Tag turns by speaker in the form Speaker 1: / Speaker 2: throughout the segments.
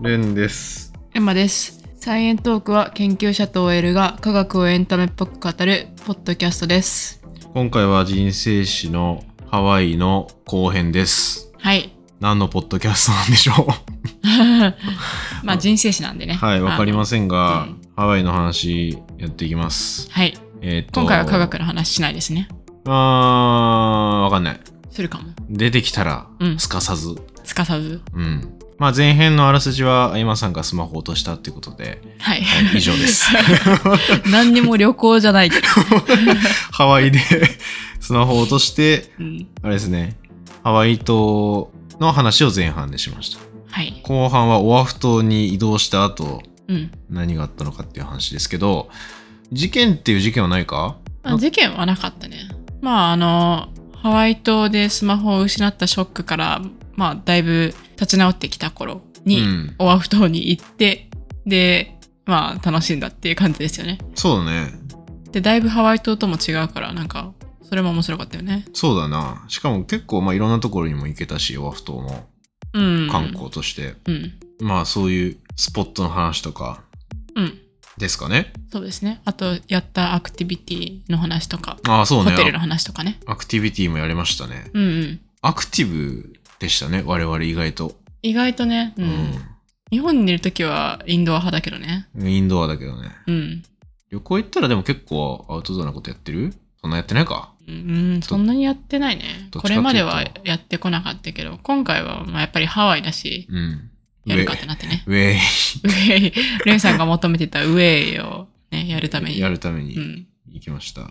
Speaker 1: レンです。
Speaker 2: エマです。サイエントークは研究者と OL が科学をエンタメっぽく語るポッドキャストです。
Speaker 1: 今回は人生史のハワイの後編です。
Speaker 2: はい。
Speaker 1: 何のポッドキャストなんでしょう
Speaker 2: まあ人生史なんでね。
Speaker 1: はい、わかりま
Speaker 2: せん。
Speaker 1: せんが
Speaker 2: う、
Speaker 1: ハワイの話やっていきます。
Speaker 2: はい。
Speaker 1: えっと、
Speaker 2: 今回は科学の話しないですね。
Speaker 1: あー、わかんない。
Speaker 2: するかも。
Speaker 1: 出てきたら
Speaker 2: うん、
Speaker 1: すかさず。
Speaker 2: すかさず。
Speaker 1: うん。まあ前編のあらすじは、今さんがスマホを落としたってことで、
Speaker 2: はい。
Speaker 1: はい以上です。
Speaker 2: 何にも旅行じゃないけど。
Speaker 1: ハワイで スマホを落として、
Speaker 2: うん。
Speaker 1: あれですね、ハワイ島の話を前半でしました。
Speaker 2: はい。
Speaker 1: 後半はオアフ島に移動した後、
Speaker 2: うん。
Speaker 1: 何があったのかっていう話ですけど、事件っていう事件はないか
Speaker 2: あ事件はなかったね。まああの、ハワイ島でスマホを失ったショックから、まあだいぶ立ち直ってきた頃に、
Speaker 1: うん、
Speaker 2: オアフ島に行ってでまあ楽しんだっていう感じですよね
Speaker 1: そうだね。
Speaker 2: でだいぶハワイ島とも違うからなんかそれも面白かったよね
Speaker 1: そうだな。しかも結構、まあ、いろんなところにも行けたし、オアフ島も
Speaker 2: うん
Speaker 1: 観光として、
Speaker 2: うん
Speaker 1: まあそういうスポットの話とか
Speaker 2: うん
Speaker 1: ですかね。
Speaker 2: そうですねあとやったアクティビティの話とか、
Speaker 1: ああ、そう
Speaker 2: ホ
Speaker 1: ね。
Speaker 2: テルの話とかね
Speaker 1: アクティビティもやりましたね。
Speaker 2: うんうん
Speaker 1: アクティブでしたね、我々意外と。
Speaker 2: 意外とね、う
Speaker 1: うん
Speaker 2: 日本にいる時はインドア派だけどね
Speaker 1: ん。インドアだけどね。
Speaker 2: うん、
Speaker 1: 旅行行ったらでも結構アウトドアなことやってるそんなやってないか
Speaker 2: うんうん、そんなにやってないね
Speaker 1: どっ
Speaker 2: こ
Speaker 1: ちかっていうと
Speaker 2: れまではやってこなかったけど今回はまあやっぱりハワイだし
Speaker 1: うん。
Speaker 2: やるかってなってね
Speaker 1: ウェイ。ウェイ
Speaker 2: ウェイ、 レンさんが求めてたウェイを、ね、やるために。
Speaker 1: やるために
Speaker 2: うん。
Speaker 1: 行きました。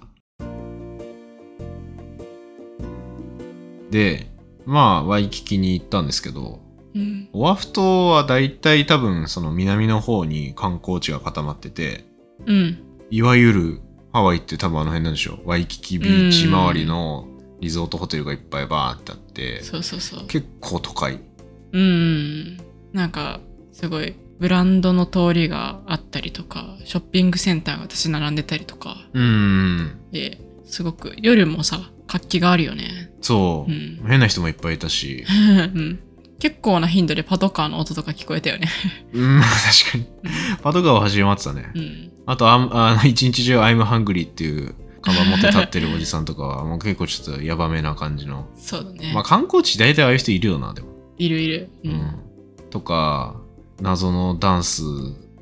Speaker 1: で、まあ、ワイキキに行ったんですけど、
Speaker 2: うん。
Speaker 1: オアフ島は大体多分その南の方に観光地が固まってて、
Speaker 2: うん。
Speaker 1: いわゆるハワイって多分あの辺なんでしょワイキキビーチ
Speaker 2: うん
Speaker 1: 周りのリゾートホテルがいっぱいバーってあって、
Speaker 2: そうそうそう。
Speaker 1: 結構都会。
Speaker 2: うん。なんか、すごい、ブランドの通りがあったりとか、ショッピングセンターが私並んでたりとか、
Speaker 1: うん。
Speaker 2: で、すごく、夜もさ、活気があるよね。
Speaker 1: そう
Speaker 2: う。ん。
Speaker 1: 変な人もいっぱいいたし。
Speaker 2: うん。結構な頻度でパトカーの音とか聞こえたよね。
Speaker 1: うん、確かに。パトカーを走り回ってたね。
Speaker 2: うん。
Speaker 1: あと、あんあ の一日中、I'm hungry っていう看板持って立ってるおじさんとかは、もう結構ちょっとヤバめな感じの。
Speaker 2: そうだね。
Speaker 1: まあ、観光地大体ああいう人いるよな、でも。
Speaker 2: いるいる。う。
Speaker 1: うんん。とか、謎のダンス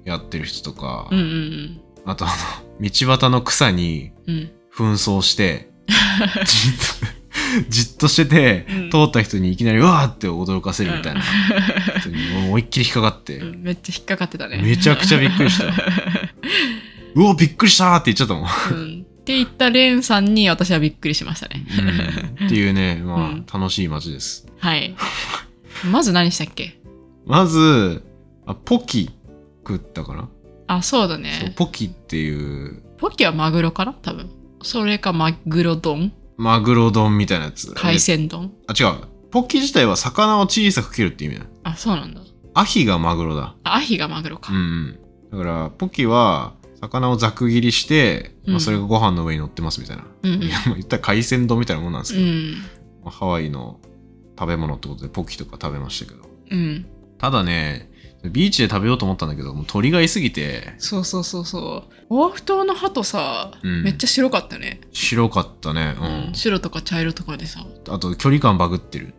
Speaker 1: やってる人とか、
Speaker 2: うんうん
Speaker 1: あと、あの、道端の草に
Speaker 2: うん。うん。
Speaker 1: 紛争して、 じっと、じっとしてて、
Speaker 2: うん
Speaker 1: 通った人にいきなり、うわーって驚かせるみたい な。人に思いっきり引っかかって、
Speaker 2: うんめっちゃ引っかかってたね。
Speaker 1: めちゃくちゃびっくりした。 うお、びっくりしたーって言っちゃったもん。
Speaker 2: うんって言ったレンさんに私はびっくりしましたね。
Speaker 1: うんっていうね、まあ、
Speaker 2: うん
Speaker 1: 楽しい街です。
Speaker 2: はい。まず何したっけ
Speaker 1: まず、あポキ食ったかな、
Speaker 2: あ、そうだ
Speaker 1: そう
Speaker 2: ね。
Speaker 1: ポキっていう
Speaker 2: ポキはマグロかな多分。それかマグロ丼
Speaker 1: マグロ丼みたいなやつ。
Speaker 2: 海鮮丼
Speaker 1: えあ、違う。ポキ自体は魚を小さく切るって意味だ。
Speaker 2: あ、そうなんだ。
Speaker 1: アヒがマグロだ。
Speaker 2: あアヒがマグロか
Speaker 1: うん。うん。だから、ポキは、魚をざく切りして、ま
Speaker 2: う
Speaker 1: あ、
Speaker 2: ん
Speaker 1: それがご飯の上に乗ってますみたいな。
Speaker 2: うんうん
Speaker 1: いや、もう言ったら海鮮丼みたいなもんなんです
Speaker 2: う
Speaker 1: けど、
Speaker 2: ん。
Speaker 1: まあハワイの食べ物ってことでポキとか食べましたけど。
Speaker 2: うん。
Speaker 1: ただね、ビーチで食べようと思ったんだけど、もう鳥がいすぎて、
Speaker 2: そうそうそうそう。オアフ島の鳩さ、
Speaker 1: うん
Speaker 2: めっちゃ白かったね。
Speaker 1: 白かったね。うん。
Speaker 2: 白とか茶色とかでさ。
Speaker 1: あと、距離感バグって る。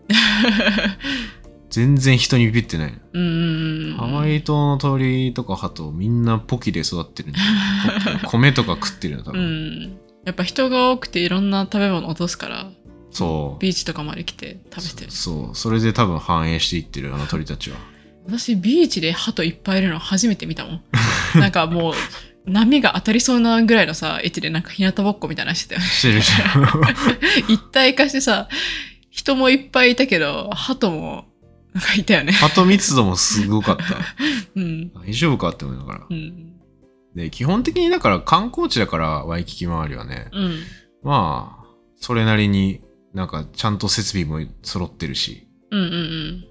Speaker 1: 全然人にビビってない。
Speaker 2: うんうんうん。
Speaker 1: ハワイ島の鳥とか鳩、みんなポキで育ってるんだ よ。ポキ米とか食ってるの、多
Speaker 2: う
Speaker 1: 分。
Speaker 2: ん。やっぱ人が多くていろんな食べ物落とすから、
Speaker 1: そう。
Speaker 2: ビーチとかまで来て食べてる。
Speaker 1: そう。それで多分繁栄していってる、あの鳥たちは。
Speaker 2: 私ビーチで鳩いっぱいいるの初めて見 たもんなんかもう波が当たりそうなぐらいのさ位置でなんか日向ぼっこみたいなのしてたよね
Speaker 1: してるしてる。
Speaker 2: 一体化してさ人もいっぱいいたけど鳩もなんかいたよね
Speaker 1: 鳩密度もすごかった。
Speaker 2: うん
Speaker 1: 大丈夫かって思いながら
Speaker 2: う。ん
Speaker 1: で、基本的にだから観光地だから、ワイキキ周りはね。
Speaker 2: うん
Speaker 1: まあ、それなりになんかちゃんと設備も揃ってるし、
Speaker 2: うんうんうん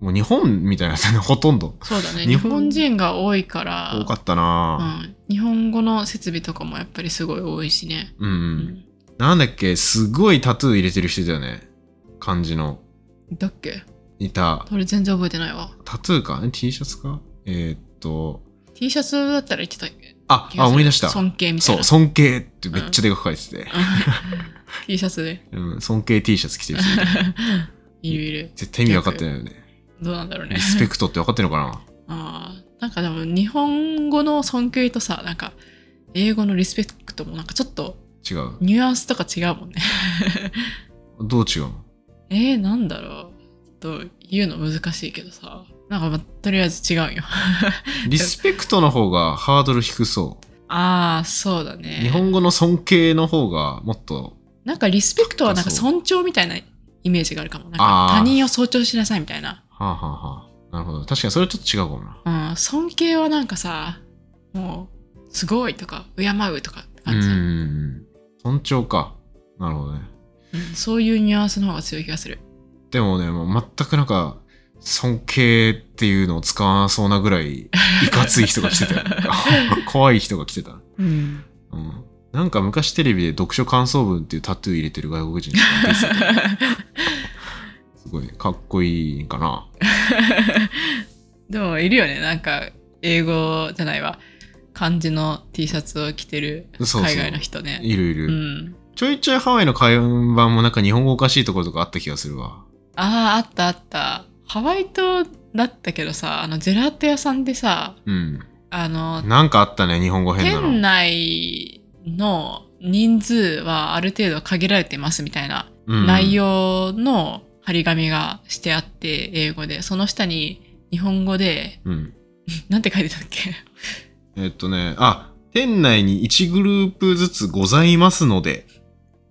Speaker 1: もう日本みたいなね、ほとんど。
Speaker 2: そうだね
Speaker 1: 日
Speaker 2: 日
Speaker 1: 本
Speaker 2: 本人が多いから
Speaker 1: 多かったな
Speaker 2: うん、日本語の設備とかもやっぱりすごい多いしね、
Speaker 1: ぁうん、う。
Speaker 2: うん
Speaker 1: なんだっけ、すごいタトゥー入れてる人いたよね。漢字の。
Speaker 2: だっけ
Speaker 1: いた。
Speaker 2: それ全然覚えてないわ
Speaker 1: タトゥーかえ ?T シャツかえーっと、
Speaker 2: T シャツだったら言ってた気がする
Speaker 1: あ、あ思い出した。
Speaker 2: 尊敬みたい
Speaker 1: そ
Speaker 2: な。
Speaker 1: う、尊敬ってめっちゃでかく書いてて、
Speaker 2: T シャツで。
Speaker 1: うん、尊敬 T シャツ着てる人。
Speaker 2: いるいる。
Speaker 1: 絶対意味分かってないよ ね。
Speaker 2: どうなんだろうね
Speaker 1: リ。スペクトって分かってるのかな
Speaker 2: あーなんかでも日本語の尊敬とさ、なんか英語のリスペクトもなんかちょっと
Speaker 1: 違う。
Speaker 2: ニュアンスとか違うもんね。
Speaker 1: どう違うの
Speaker 2: えー、なんだろう。ちょっと言うの難しいけどさ。なんか、まあ、とりあえず違うよ。
Speaker 1: リスペクトの方がハードル低そ
Speaker 2: ああ、そうだね
Speaker 1: う。。日本語の尊敬の方がもっと、
Speaker 2: なんかリスペクトはなんか
Speaker 1: 高そ
Speaker 2: 尊重みたいなイメージがあるかも。なん
Speaker 1: あ
Speaker 2: か
Speaker 1: ー
Speaker 2: 他人を尊重しなさいみたいな。
Speaker 1: はあはあはあ。なるほど。確かにそれはちょっと違うかもな。
Speaker 2: うん、尊敬はなんかさ、もう、すごいとか、敬うとかって
Speaker 1: う
Speaker 2: 感じ、
Speaker 1: ん。尊重か。なるほどね。
Speaker 2: うんそういうニュアンスの方が強い気がする。
Speaker 1: でもね、もう全くなんか、尊敬っていうのを使わなそうなぐら い、いかつい人が来てたよ。 なんか怖い人が来てた。
Speaker 2: うん。
Speaker 1: うん。なんか昔テレビで読書感想文っていうタトゥー入れてる外国人が出てた すごい、かっこいいんかな。
Speaker 2: でも、いるよね。なんか、英語じゃないわ。漢字の T シャツを着てる
Speaker 1: そうそう
Speaker 2: 海外の人ね。
Speaker 1: いるいる。
Speaker 2: うん。
Speaker 1: ちょいちょいハワイの会話もなんか日本語おかしいところとかあった気がするわ。
Speaker 2: ああ、あったあった。ハワイ島だったけどさ、あの、ジェラート屋さんでさ、
Speaker 1: うん。
Speaker 2: あの、
Speaker 1: なんかあったね、日本語変な
Speaker 2: 店
Speaker 1: の。
Speaker 2: 内の人数はある程度限られてますみたいな
Speaker 1: うん
Speaker 2: 内容の張り紙がしてあって、英語で、その下に日本語で、
Speaker 1: うん。
Speaker 2: なんて書いてたっけ
Speaker 1: えっとね、あ、店内に1グループずつございますので、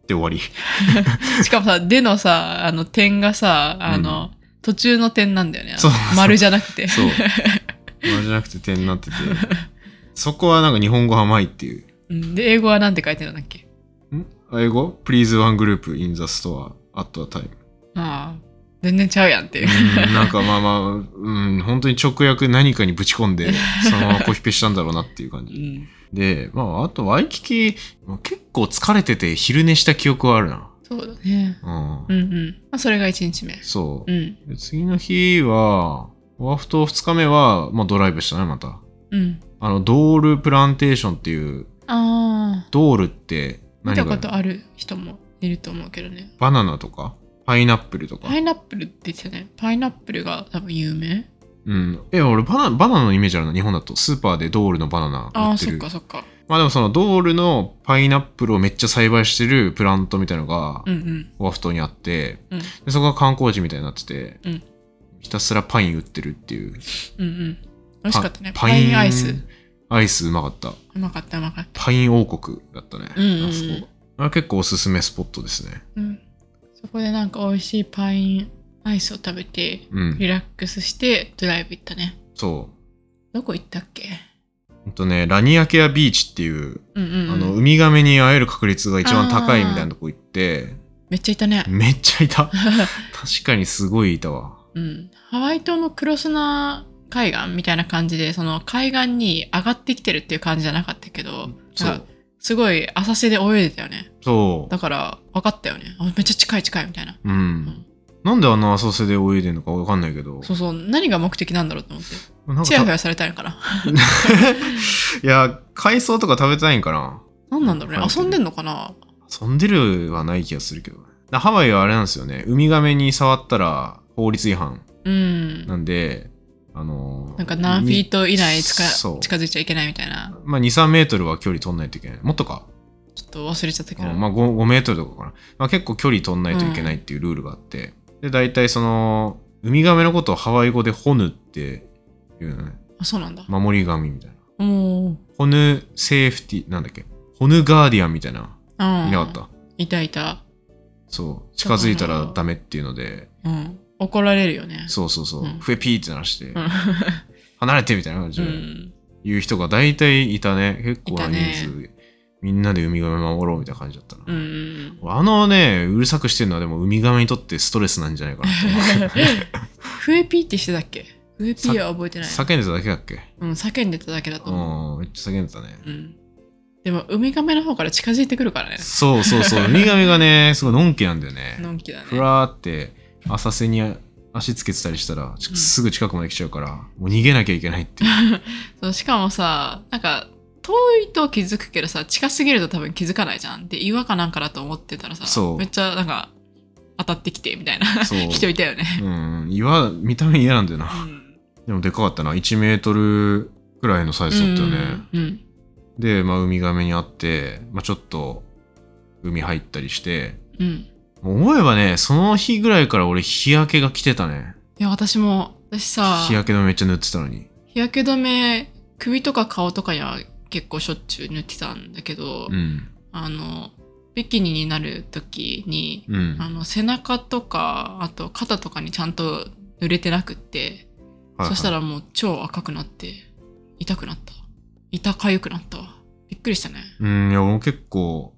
Speaker 1: で終わり。
Speaker 2: しかもさ、でのさ、あの点がさ、あの、
Speaker 1: う
Speaker 2: 途中の点なんだよね。あの
Speaker 1: そう
Speaker 2: 丸じゃなくて。
Speaker 1: そう。 丸じゃなくて点になってて。そこはなんか日本語甘いっていう。
Speaker 2: うんで、英語はなんて書いてたんだっけ
Speaker 1: ん英語 ?Please one group in the store at a time.
Speaker 2: ああ、全然ちゃうやんっていう。
Speaker 1: うんなんかまあまあ、うん、本当に直訳何かにぶち込んで、そのままコピペしたんだろうなっていう感
Speaker 2: う
Speaker 1: じ。
Speaker 2: ん。
Speaker 1: で、まああとワイキキ、結構疲れてて昼寝した記憶はあるな。
Speaker 2: そうだね。
Speaker 1: うん。
Speaker 2: うんうん。まあ、それが1日目。
Speaker 1: そうう。
Speaker 2: ん。
Speaker 1: で次の日は、オアフ島2日目は、まあドライブしたね、また。
Speaker 2: うん。
Speaker 1: あの、ドールプランテーションっていう、
Speaker 2: ああ、
Speaker 1: ドールって
Speaker 2: 見
Speaker 1: 何
Speaker 2: た
Speaker 1: が
Speaker 2: ことある人もいると思うけどね。
Speaker 1: バナナとかパイナップルとか
Speaker 2: パ。イナップルって言ってたね。パイナップルが多分有名
Speaker 1: うん。え、俺バナ、バナナのイメージあるな、日本だと。スーパーでドールのバナナ
Speaker 2: あ
Speaker 1: 売
Speaker 2: あ、
Speaker 1: って
Speaker 2: そっ
Speaker 1: る。
Speaker 2: かそっか。
Speaker 1: まあでもそのドールのパイナップルをめっちゃ栽培してるプラントみたいのが
Speaker 2: う、んうん。
Speaker 1: オアフ島にあって、
Speaker 2: うん
Speaker 1: でそこが観光地みたいになってて、
Speaker 2: うん
Speaker 1: ひたすらパイン売ってるっていう。
Speaker 2: うんうん。美味しかったね。
Speaker 1: パ
Speaker 2: パインアイス。。
Speaker 1: アイスうまかった。
Speaker 2: うまかったうまかった。
Speaker 1: パイン王国だったね。
Speaker 2: うんうんうん
Speaker 1: あそこ。あれ結構おすすめスポットですね。
Speaker 2: うん。そこでなんか美味しいパインアイスを食べて、
Speaker 1: うん。
Speaker 2: リラックスしてドライブ行ったね。
Speaker 1: そう。
Speaker 2: どこ行ったっけ
Speaker 1: ほんとね、ラニアケアビーチっていう、
Speaker 2: うんうん、うん。
Speaker 1: あの、ウミガメに会える確率が一番高いみたいなとこ行って、
Speaker 2: めっちゃいたね。
Speaker 1: めっちゃい た。確かにすごいいたわ。
Speaker 2: うん。ハワイ島のクロスナ海岸みたいな感じで、その海岸に上がってきてるっていう感じじゃなかったけど、
Speaker 1: そ
Speaker 2: なん
Speaker 1: う
Speaker 2: か。すごい浅瀬で泳いでたよね。
Speaker 1: そ
Speaker 2: だから分かったよね。あめっちゃ近い近いみたいな。
Speaker 1: う。うん。なんであんな浅瀬で泳いでんのかわかんないけど。
Speaker 2: そうそう。何が目的なんだろうと思って。
Speaker 1: なん
Speaker 2: チヤ
Speaker 1: か
Speaker 2: ホ
Speaker 1: た
Speaker 2: ヤされたいのかな。
Speaker 1: いや、海藻とか食べたいんかな。
Speaker 2: 何なんだろうね
Speaker 1: わ。かんない
Speaker 2: 遊んでんのかな
Speaker 1: 遊んでるはない気がするけどね。だハワイはあれなんですよね。ウミガメに触ったら法律違反
Speaker 2: うん。
Speaker 1: なんで、あの
Speaker 2: なんか何フィー
Speaker 1: ト
Speaker 2: ト以内近
Speaker 1: そう
Speaker 2: 近づいちゃいけないみたいな。
Speaker 1: まあ2、3メートルは距離取んないといけない。もっとか。
Speaker 2: ちょっと忘れちゃったけど。
Speaker 1: うんまあ 5, 5メートルとかかな、まあ、結構距離取んないといけないっていうルールがあって、で大体そのウミガメのことをハワイ語でホヌっていうのね
Speaker 2: あそうなんだ。
Speaker 1: 守り神みたいな
Speaker 2: もう。
Speaker 1: ホヌセーフティなんだっけホヌガーディアンみたいな
Speaker 2: うん。
Speaker 1: いなかった、
Speaker 2: いたいた。
Speaker 1: そう近づいたらダメっていうので
Speaker 2: うん。怒られるよね。
Speaker 1: そうそうそう、
Speaker 2: うん
Speaker 1: フエピーって鳴らして、
Speaker 2: うん。
Speaker 1: 離れてみたいな感じ
Speaker 2: う
Speaker 1: で
Speaker 2: ん。
Speaker 1: 言う人が大体いたね結構ない
Speaker 2: たね
Speaker 1: 人数、みんなでウミガメ守ろうみたいな感じだったな、
Speaker 2: うん。
Speaker 1: あのねうるさくしてるのはでもウミガメにとってストレスなんじゃないかなと思う
Speaker 2: フエピーってしてたっけフエピーは覚えてない。
Speaker 1: 叫んでただけだっけ
Speaker 2: うん、叫んでただけだと
Speaker 1: う
Speaker 2: 思
Speaker 1: ん、めっちゃ叫んでたね。
Speaker 2: う。うん。でも、ウミガメの方から近づいてくるからね。
Speaker 1: そうそうそう、ウミガメがね、すごいのんきなんだよね。
Speaker 2: のんきだね。
Speaker 1: ふらーって浅瀬に現足つけてたりしたら、ちすぐ近くまで来ちゃうから、もう逃げなきゃいけないっていう。
Speaker 2: そうしかもさなんか遠いと気づくけどさ近すぎると多分気づかないじゃんで岩かなんかだと思ってたらさ
Speaker 1: そう
Speaker 2: めっちゃなんか当たってきてみたいな
Speaker 1: そう
Speaker 2: 人いた よね、
Speaker 1: うん、岩、見た目嫌なんだよな。でもでかかったな。1メートルくらいのサイズだったよね。
Speaker 2: うんうん
Speaker 1: で、まあ、ウミガメに会って、まあ、ちょっと海入ったりして、
Speaker 2: うんうん
Speaker 1: 思えばね、その日ぐらいから俺日焼けが来てたね。
Speaker 2: いや私も私さ
Speaker 1: 日焼け止めめっちゃ塗ってたのに。
Speaker 2: 日焼け止め首とか顔とかには結構しょっちゅう塗ってたんだけど、
Speaker 1: うん。
Speaker 2: あのビキニになる時に、
Speaker 1: うん。
Speaker 2: あの背中とかあと肩とかにちゃんと濡れてなくって、そした
Speaker 1: ら。
Speaker 2: らもう超赤くなって痛くなった痛かゆくなったわびっくりしたね
Speaker 1: うん、いや、俺も結構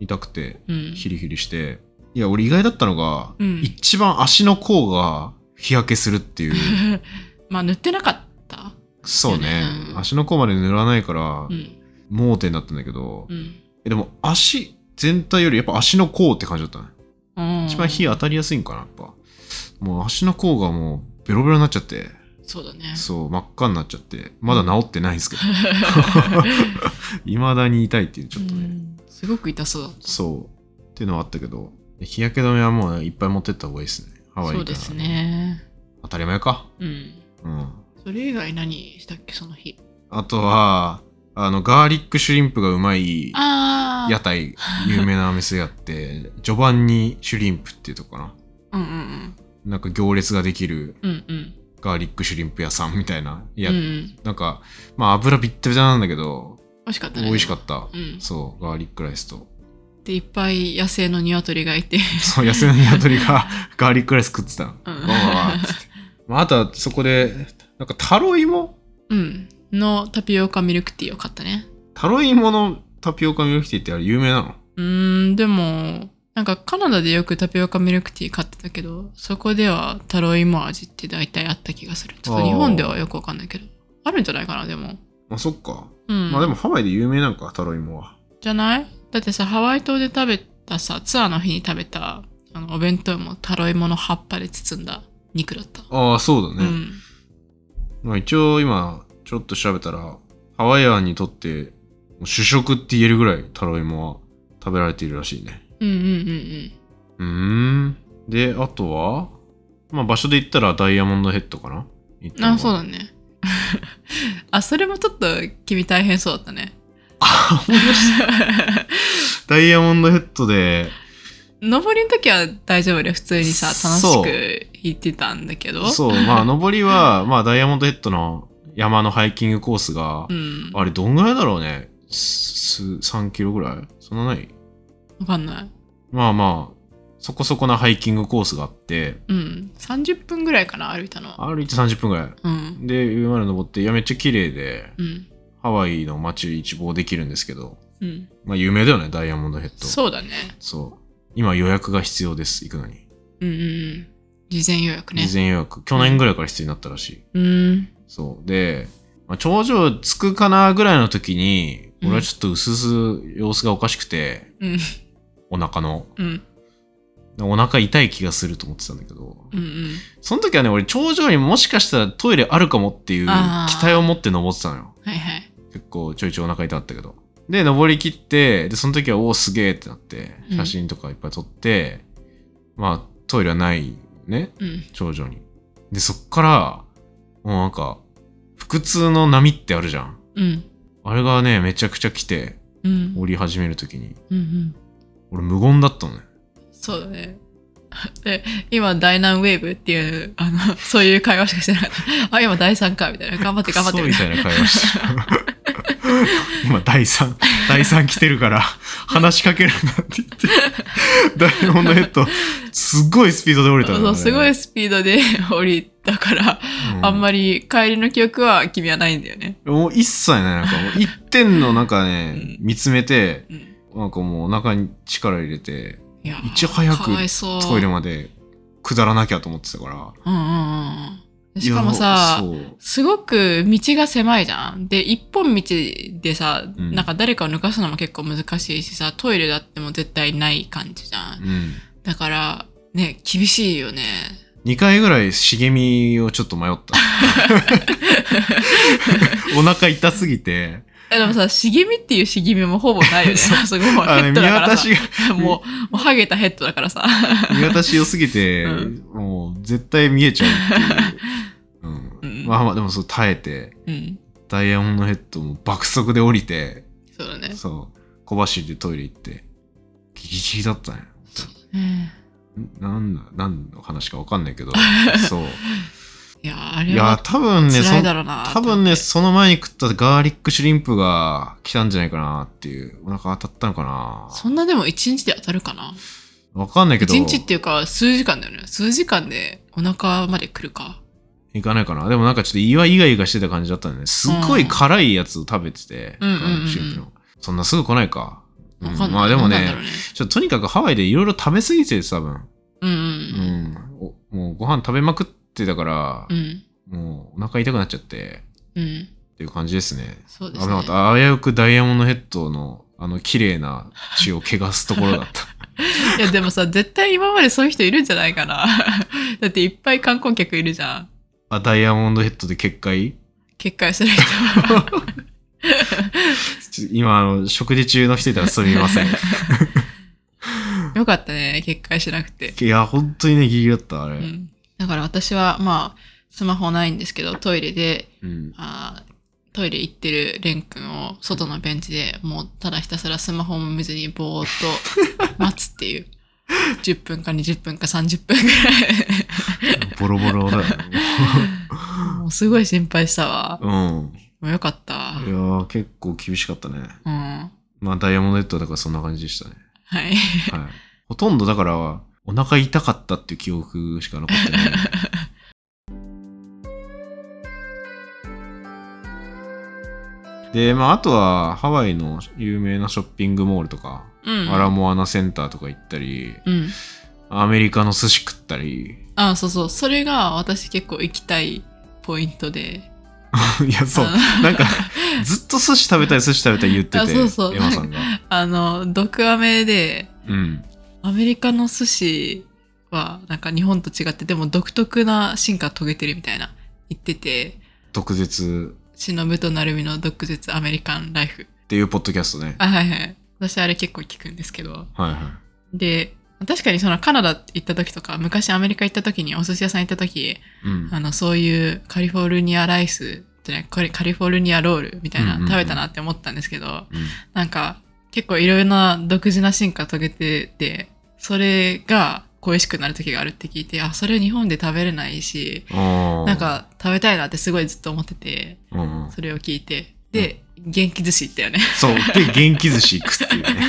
Speaker 1: 痛くて、
Speaker 2: うん
Speaker 1: ヒリヒリして。いや、俺意外だったのが、
Speaker 2: うん
Speaker 1: 一番足の甲が日焼けするっていう。
Speaker 2: まあ塗ってなかった
Speaker 1: そうね。
Speaker 2: うん
Speaker 1: 足の甲まで塗らないから
Speaker 2: う、ん
Speaker 1: 盲点だったんだけど、
Speaker 2: うん
Speaker 1: えでも足全体よりやっぱ足の甲って感じだったね。
Speaker 2: うん
Speaker 1: 一番火当たりやすいんかなやっぱもう足の甲がもうベロベロになっちゃって
Speaker 2: そうだね
Speaker 1: そう真っ赤になっちゃってまだ治ってないんですけ どいまだに痛いっていうちょっとね、
Speaker 2: うんすごく痛そうだった
Speaker 1: そうっていうのはあったけど日焼け止めはもういっぱい持ってった方がいいですねハワイ行
Speaker 2: そう
Speaker 1: ったら
Speaker 2: ですね
Speaker 1: 当たり前か
Speaker 2: うん
Speaker 1: うん
Speaker 2: それ以外何したっけその日
Speaker 1: あとはあのガーリックシュリンプがうまい
Speaker 2: あ
Speaker 1: 屋
Speaker 2: あ
Speaker 1: 台有名なお店やって序盤にシュリンプっていうとこかな
Speaker 2: うんうん
Speaker 1: なんか行列ができる
Speaker 2: うんうんうん
Speaker 1: ガーリックシュリンプ屋さんみたいなや
Speaker 2: うんうん
Speaker 1: なんか、まあ油びったびたなんだけど、
Speaker 2: 美味しかったね
Speaker 1: 美味しかった。
Speaker 2: うん
Speaker 1: そう、ガーリックライスと。
Speaker 2: でいっぱい野生の鶏がいて
Speaker 1: そう、痩せの鶏が ガーリックライス食ってたの。
Speaker 2: うん
Speaker 1: わわわっつって まあ、あとはそこで、なんかタロイモ
Speaker 2: うんのタピオカミルクティーを買ったね
Speaker 1: タロイモのタピオカミルクティーってあれ有名なの
Speaker 2: うーんでもなんかカナダでよくタピオカミルクティー買ってたけどそこではタロイモ味って大体あった気がするちょっと日本ではよくわかんないけどあるんじゃないかなでも
Speaker 1: まあそっか。
Speaker 2: うん
Speaker 1: まあでもハワイで有名なんか、タロイモは。
Speaker 2: じゃないだってさハワイ島で食べたさツアーの日に食べたあのお弁当もタロイモの葉っぱで包んだ肉だった、
Speaker 1: ああ、そうだ
Speaker 2: う
Speaker 1: ね。
Speaker 2: ん
Speaker 1: まあ一応今、ちょっと調べたら、ハワイアンにとって主食って言えるぐらいタロイモは食べられているらしいね。
Speaker 2: うんうんうん
Speaker 1: うーん。で、あとは、まあ、場所で言ったらダイヤモンドヘッドかな行っ
Speaker 2: うん
Speaker 1: たのは
Speaker 2: あそうだね あそれもちょっと君大変そうだったね
Speaker 1: ダイヤモンドヘッドで、
Speaker 2: 登りの時は大丈夫で普通にさ
Speaker 1: そう
Speaker 2: 楽しく行ってたんだけど
Speaker 1: そう、まあ、登りは、 まあ、ダイヤモンドヘッドの山のハイキングコースが、
Speaker 2: うん
Speaker 1: あれ、どんぐらいだろうね。す3キロぐらいそんなない
Speaker 2: わかんない
Speaker 1: まあまあ、そこそこなハイキングコースがあって、
Speaker 2: うん30分ぐらいかな歩いたの
Speaker 1: 歩いて30分ぐらい。
Speaker 2: うん
Speaker 1: で、上まで登って、いや、めっちゃ綺麗で、
Speaker 2: うん
Speaker 1: ハワイの街一望できるんですけど、
Speaker 2: うん
Speaker 1: まあ、有名だよね、ダイヤモンドヘッド。
Speaker 2: そうだね
Speaker 1: そう。今予約が必要です、行くのに。
Speaker 2: うんうんうん事前予約ね
Speaker 1: 事前予約。去年ぐらいから必要になったらしい。
Speaker 2: うん
Speaker 1: そう。で、まあ、頂上着くかなぐらいの時に、
Speaker 2: うん
Speaker 1: 俺はちょっと薄々様子がおかしくて、
Speaker 2: うん
Speaker 1: お腹の。
Speaker 2: うん
Speaker 1: お腹痛い気がすると思ってたんだけど、
Speaker 2: うんうん
Speaker 1: その時はね、俺頂上にもしかしたらトイレあるかもっていう期
Speaker 2: あー
Speaker 1: 待を持って登ってたのよ。
Speaker 2: はいはい
Speaker 1: 結構ちょいちょいお腹痛かったけど。で、登り切って、で、その時は、おお、すげえってなって、
Speaker 2: うん
Speaker 1: 写真とかいっぱい撮って、まあ、トイレはないね、
Speaker 2: うん
Speaker 1: 長女に。で、そっから、もうなんか、腹痛の波ってあるじゃん。
Speaker 2: うん
Speaker 1: あれがね、めちゃくちゃ来て、
Speaker 2: うん
Speaker 1: 降り始めるときに。
Speaker 2: うんうん
Speaker 1: 俺無言だったのね。
Speaker 2: そうだねで今第何ウェーブっていうあのそういう会話しかしてなかったあ今第3かみたいな頑張って 頑張って
Speaker 1: そう
Speaker 2: み
Speaker 1: み
Speaker 2: たい
Speaker 1: たいな会話して た。今、第3、第3来てるから、話しかけるなって言って、ダイヤモンドヘッド、すごいスピードで降りた
Speaker 2: な
Speaker 1: の、
Speaker 2: そう
Speaker 1: ね。
Speaker 2: すごい、スピードで降りたからあんま
Speaker 1: り。
Speaker 2: り帰りの記憶は君はないんだよね。
Speaker 1: もう一切ね、なんかもう一点のなんかね、
Speaker 2: うん
Speaker 1: 見つめて、
Speaker 2: うん、
Speaker 1: なんかもうお腹に力入れて、
Speaker 2: いやー
Speaker 1: いち早く
Speaker 2: かわいそう
Speaker 1: トイレまで下らなきゃと思ってたから。
Speaker 2: うんうんうんうんしかもさ
Speaker 1: いやそう
Speaker 2: すごく道が狭いじゃん。で一本道でさ、
Speaker 1: うん
Speaker 2: なんか誰かを抜かすのも結構難しいしさトイレだってもう絶対ない感じじゃん。
Speaker 1: うん、
Speaker 2: だからね厳しいよね。
Speaker 1: 2回ぐらい茂みをちょっと迷 った。お腹痛すぎて、
Speaker 2: えでもさ、茂みっていう茂みもほぼないよね。
Speaker 1: そう
Speaker 2: あそこも
Speaker 1: あ
Speaker 2: ヘ
Speaker 1: の
Speaker 2: ッ
Speaker 1: 見
Speaker 2: ドだから
Speaker 1: 渡
Speaker 2: さ
Speaker 1: し。が、
Speaker 2: もう、もうハゲたヘッドだからさ。
Speaker 1: 見渡し良すぎて、
Speaker 2: うん
Speaker 1: もう絶対見えちゃうって
Speaker 2: う
Speaker 1: いう。うんん、まあまあでもそう耐えて、
Speaker 2: うん。
Speaker 1: ダイヤモンドヘッドも爆速で降りて、
Speaker 2: そうだね。
Speaker 1: そう、小走りでトイレ行って、ギリギリだったね。
Speaker 2: ね
Speaker 1: んなんだ、何の話かわかんないけ ど、そう。
Speaker 2: いや、あ
Speaker 1: い
Speaker 2: れ
Speaker 1: や
Speaker 2: は、
Speaker 1: 多分ね、
Speaker 2: 辛
Speaker 1: そ
Speaker 2: いだろうな。
Speaker 1: 多分ね、その前に食ったガーリックシュリンプが来たんじゃないかなっていう。お腹当たったのかな
Speaker 2: そんなでも一日で当たるかな
Speaker 1: わかんないけど。
Speaker 2: 一日っていうか、数時間だよね。数時間でお腹まで来るか。
Speaker 1: いかないかな。でもなんかちょっと胃はイガイガしてた感じだったんでね。すっごい辛いやつを食べてて。
Speaker 2: うんうんうんうん
Speaker 1: ガーリックシュリンプのそんなすぐ来ないか。うん
Speaker 2: わかんない。
Speaker 1: まあでも
Speaker 2: なんだろ
Speaker 1: ね
Speaker 2: う、ね。
Speaker 1: ちょっととにかくハワイでいろいろ食べ過ぎてて多分。
Speaker 2: うん
Speaker 1: う
Speaker 2: うん
Speaker 1: ん。おもうご飯食べまくってたから
Speaker 2: う、ん。
Speaker 1: もうお腹痛くなっちゃって。
Speaker 2: うん。うん。
Speaker 1: っていう感じですね。
Speaker 2: そうです
Speaker 1: 危
Speaker 2: ね。
Speaker 1: なかった。あわやくダイヤモンドヘッドのあの綺麗な血を汚すところだった。
Speaker 2: いや、でもさ、絶対今までそういう人いるんじゃないかな。 だっていっぱい観光客いるじゃん。
Speaker 1: あ、ダイヤモンドヘッドで決壊
Speaker 2: 決壊する人。
Speaker 1: ちょ今、あの、食事中の人いたらすみません。
Speaker 2: よかったね、決壊しなくて。
Speaker 1: いや、本当にね、ギリギリだった、あれ。
Speaker 2: う
Speaker 1: うん。
Speaker 2: ん。だから私は、まあ、スマホないんですけど、トイレで、あートイレ行ってるレン君を外のベンチでもうただひたすらスマホも見ずにぼーっと待つっていう。10分か20分か30分ぐ
Speaker 1: ボロボロだよ。
Speaker 2: ら い。もうすごい心配したわ。
Speaker 1: うん。
Speaker 2: もうよかった。
Speaker 1: いやー、結構厳しかったね。
Speaker 2: うん。は
Speaker 1: まあ、ダイヤモンドヘッドはだからそんな感じでしたね。
Speaker 2: い。
Speaker 1: はい。ほとんどだから、お腹痛かったっていう記憶しか残ってない。で、まあ、あとは、ハワイの有名なショッピングモールとか、
Speaker 2: うん。
Speaker 1: アラモアナセンターとか行ったり、
Speaker 2: うん。
Speaker 1: アメリカの寿司食ったり。
Speaker 2: あ、そうそう。それが私結構行きたいポイントで。
Speaker 1: いや、そう
Speaker 2: あ。の
Speaker 1: なんか、ずっと寿司食べたい、寿司食べたい言って
Speaker 2: あ
Speaker 1: て、
Speaker 2: そうそう
Speaker 1: エマさんが。
Speaker 2: あの、毒アメで、
Speaker 1: うん。
Speaker 2: アメリカの寿司はなんか日本と違って、でも独特な進化遂げてるみたいな言ってて、
Speaker 1: 毒舌
Speaker 2: 忍と成海の毒舌アメリカンライフ。
Speaker 1: っていうポッドキャストね。
Speaker 2: あ、はいはい。私あれ結構聞くんですけど。
Speaker 1: はいはい。
Speaker 2: で、確かにそのカナダ行った時とか、昔アメリカ行った時にお寿司屋さん行った時、
Speaker 1: うん。
Speaker 2: あの、そういうカリフォルニアライス、じゃないカリカリフォルニアロールみたいな
Speaker 1: うんうんうん
Speaker 2: 食べたなって思ったんですけど、
Speaker 1: うん
Speaker 2: なんか結構いろいろな独自な進化遂げてて、それが恋しくなる時があるって聞いて、あ、それ日本で食べれないし、
Speaker 1: あー
Speaker 2: なん、か食べたいなってすごいずっと思ってて、
Speaker 1: うんうん
Speaker 2: それを聞いて、で、元気寿司行ったよね。
Speaker 1: そう。で、元気寿司行くっていうね。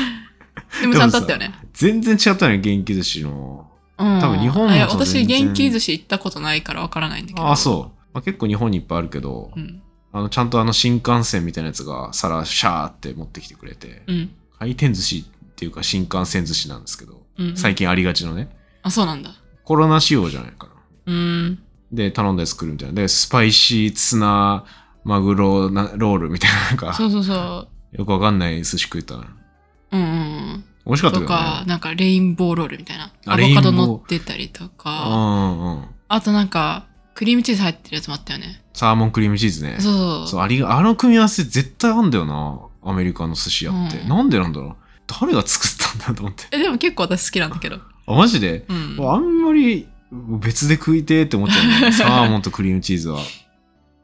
Speaker 2: でもちゃんとあったよね。
Speaker 1: 全然違ったのよ、元気寿司の。
Speaker 2: うん。
Speaker 1: 多分日本の
Speaker 2: あいや、
Speaker 1: そう全
Speaker 2: 私
Speaker 1: 然
Speaker 2: 元気寿司行ったことないからわからないんだけど。
Speaker 1: ああ、そう。まあ、結構日本にいっぱいあるけど、
Speaker 2: うん。
Speaker 1: あのちゃんとあの新幹線みたいなやつが皿シャーって持ってきてくれて、
Speaker 2: うん。
Speaker 1: 回転寿司っていうか新幹線寿司なんですけど、
Speaker 2: うん。
Speaker 1: 最近ありがちのね、
Speaker 2: あ、そうなんだ。
Speaker 1: コロナ仕様じゃないかな。
Speaker 2: うん。
Speaker 1: で、頼んだやつ来るみたいな。で、スパイシーツナマグロなロールみたいな、なんか、
Speaker 2: そうそうそう。
Speaker 1: よくわかんない寿司食えたな。
Speaker 2: うんうん
Speaker 1: 美味し
Speaker 2: う
Speaker 1: か
Speaker 2: ん。
Speaker 1: った
Speaker 2: と
Speaker 1: けど
Speaker 2: か、
Speaker 1: ね。
Speaker 2: なんかレインボーロールみたいな。
Speaker 1: あ
Speaker 2: アボカド
Speaker 1: レインボー
Speaker 2: 乗ってたりとか。
Speaker 1: うんうんうん。
Speaker 2: あとなんか、クリームチーズ入ってるやつもあったよね。
Speaker 1: サーモンクリームチーズね。
Speaker 2: そう
Speaker 1: そ
Speaker 2: そうう。
Speaker 1: ありがあの組み合わせ絶対あんだよなアメリカの寿司屋って、
Speaker 2: うん
Speaker 1: なんでなんだろう誰が作ったんだと思って
Speaker 2: え、でも結構私好きなんだけど。
Speaker 1: あマジで
Speaker 2: う
Speaker 1: あ
Speaker 2: ん。
Speaker 1: んまり別で食いてーって思っちゃ うねサーモンとクリームチーズは
Speaker 2: う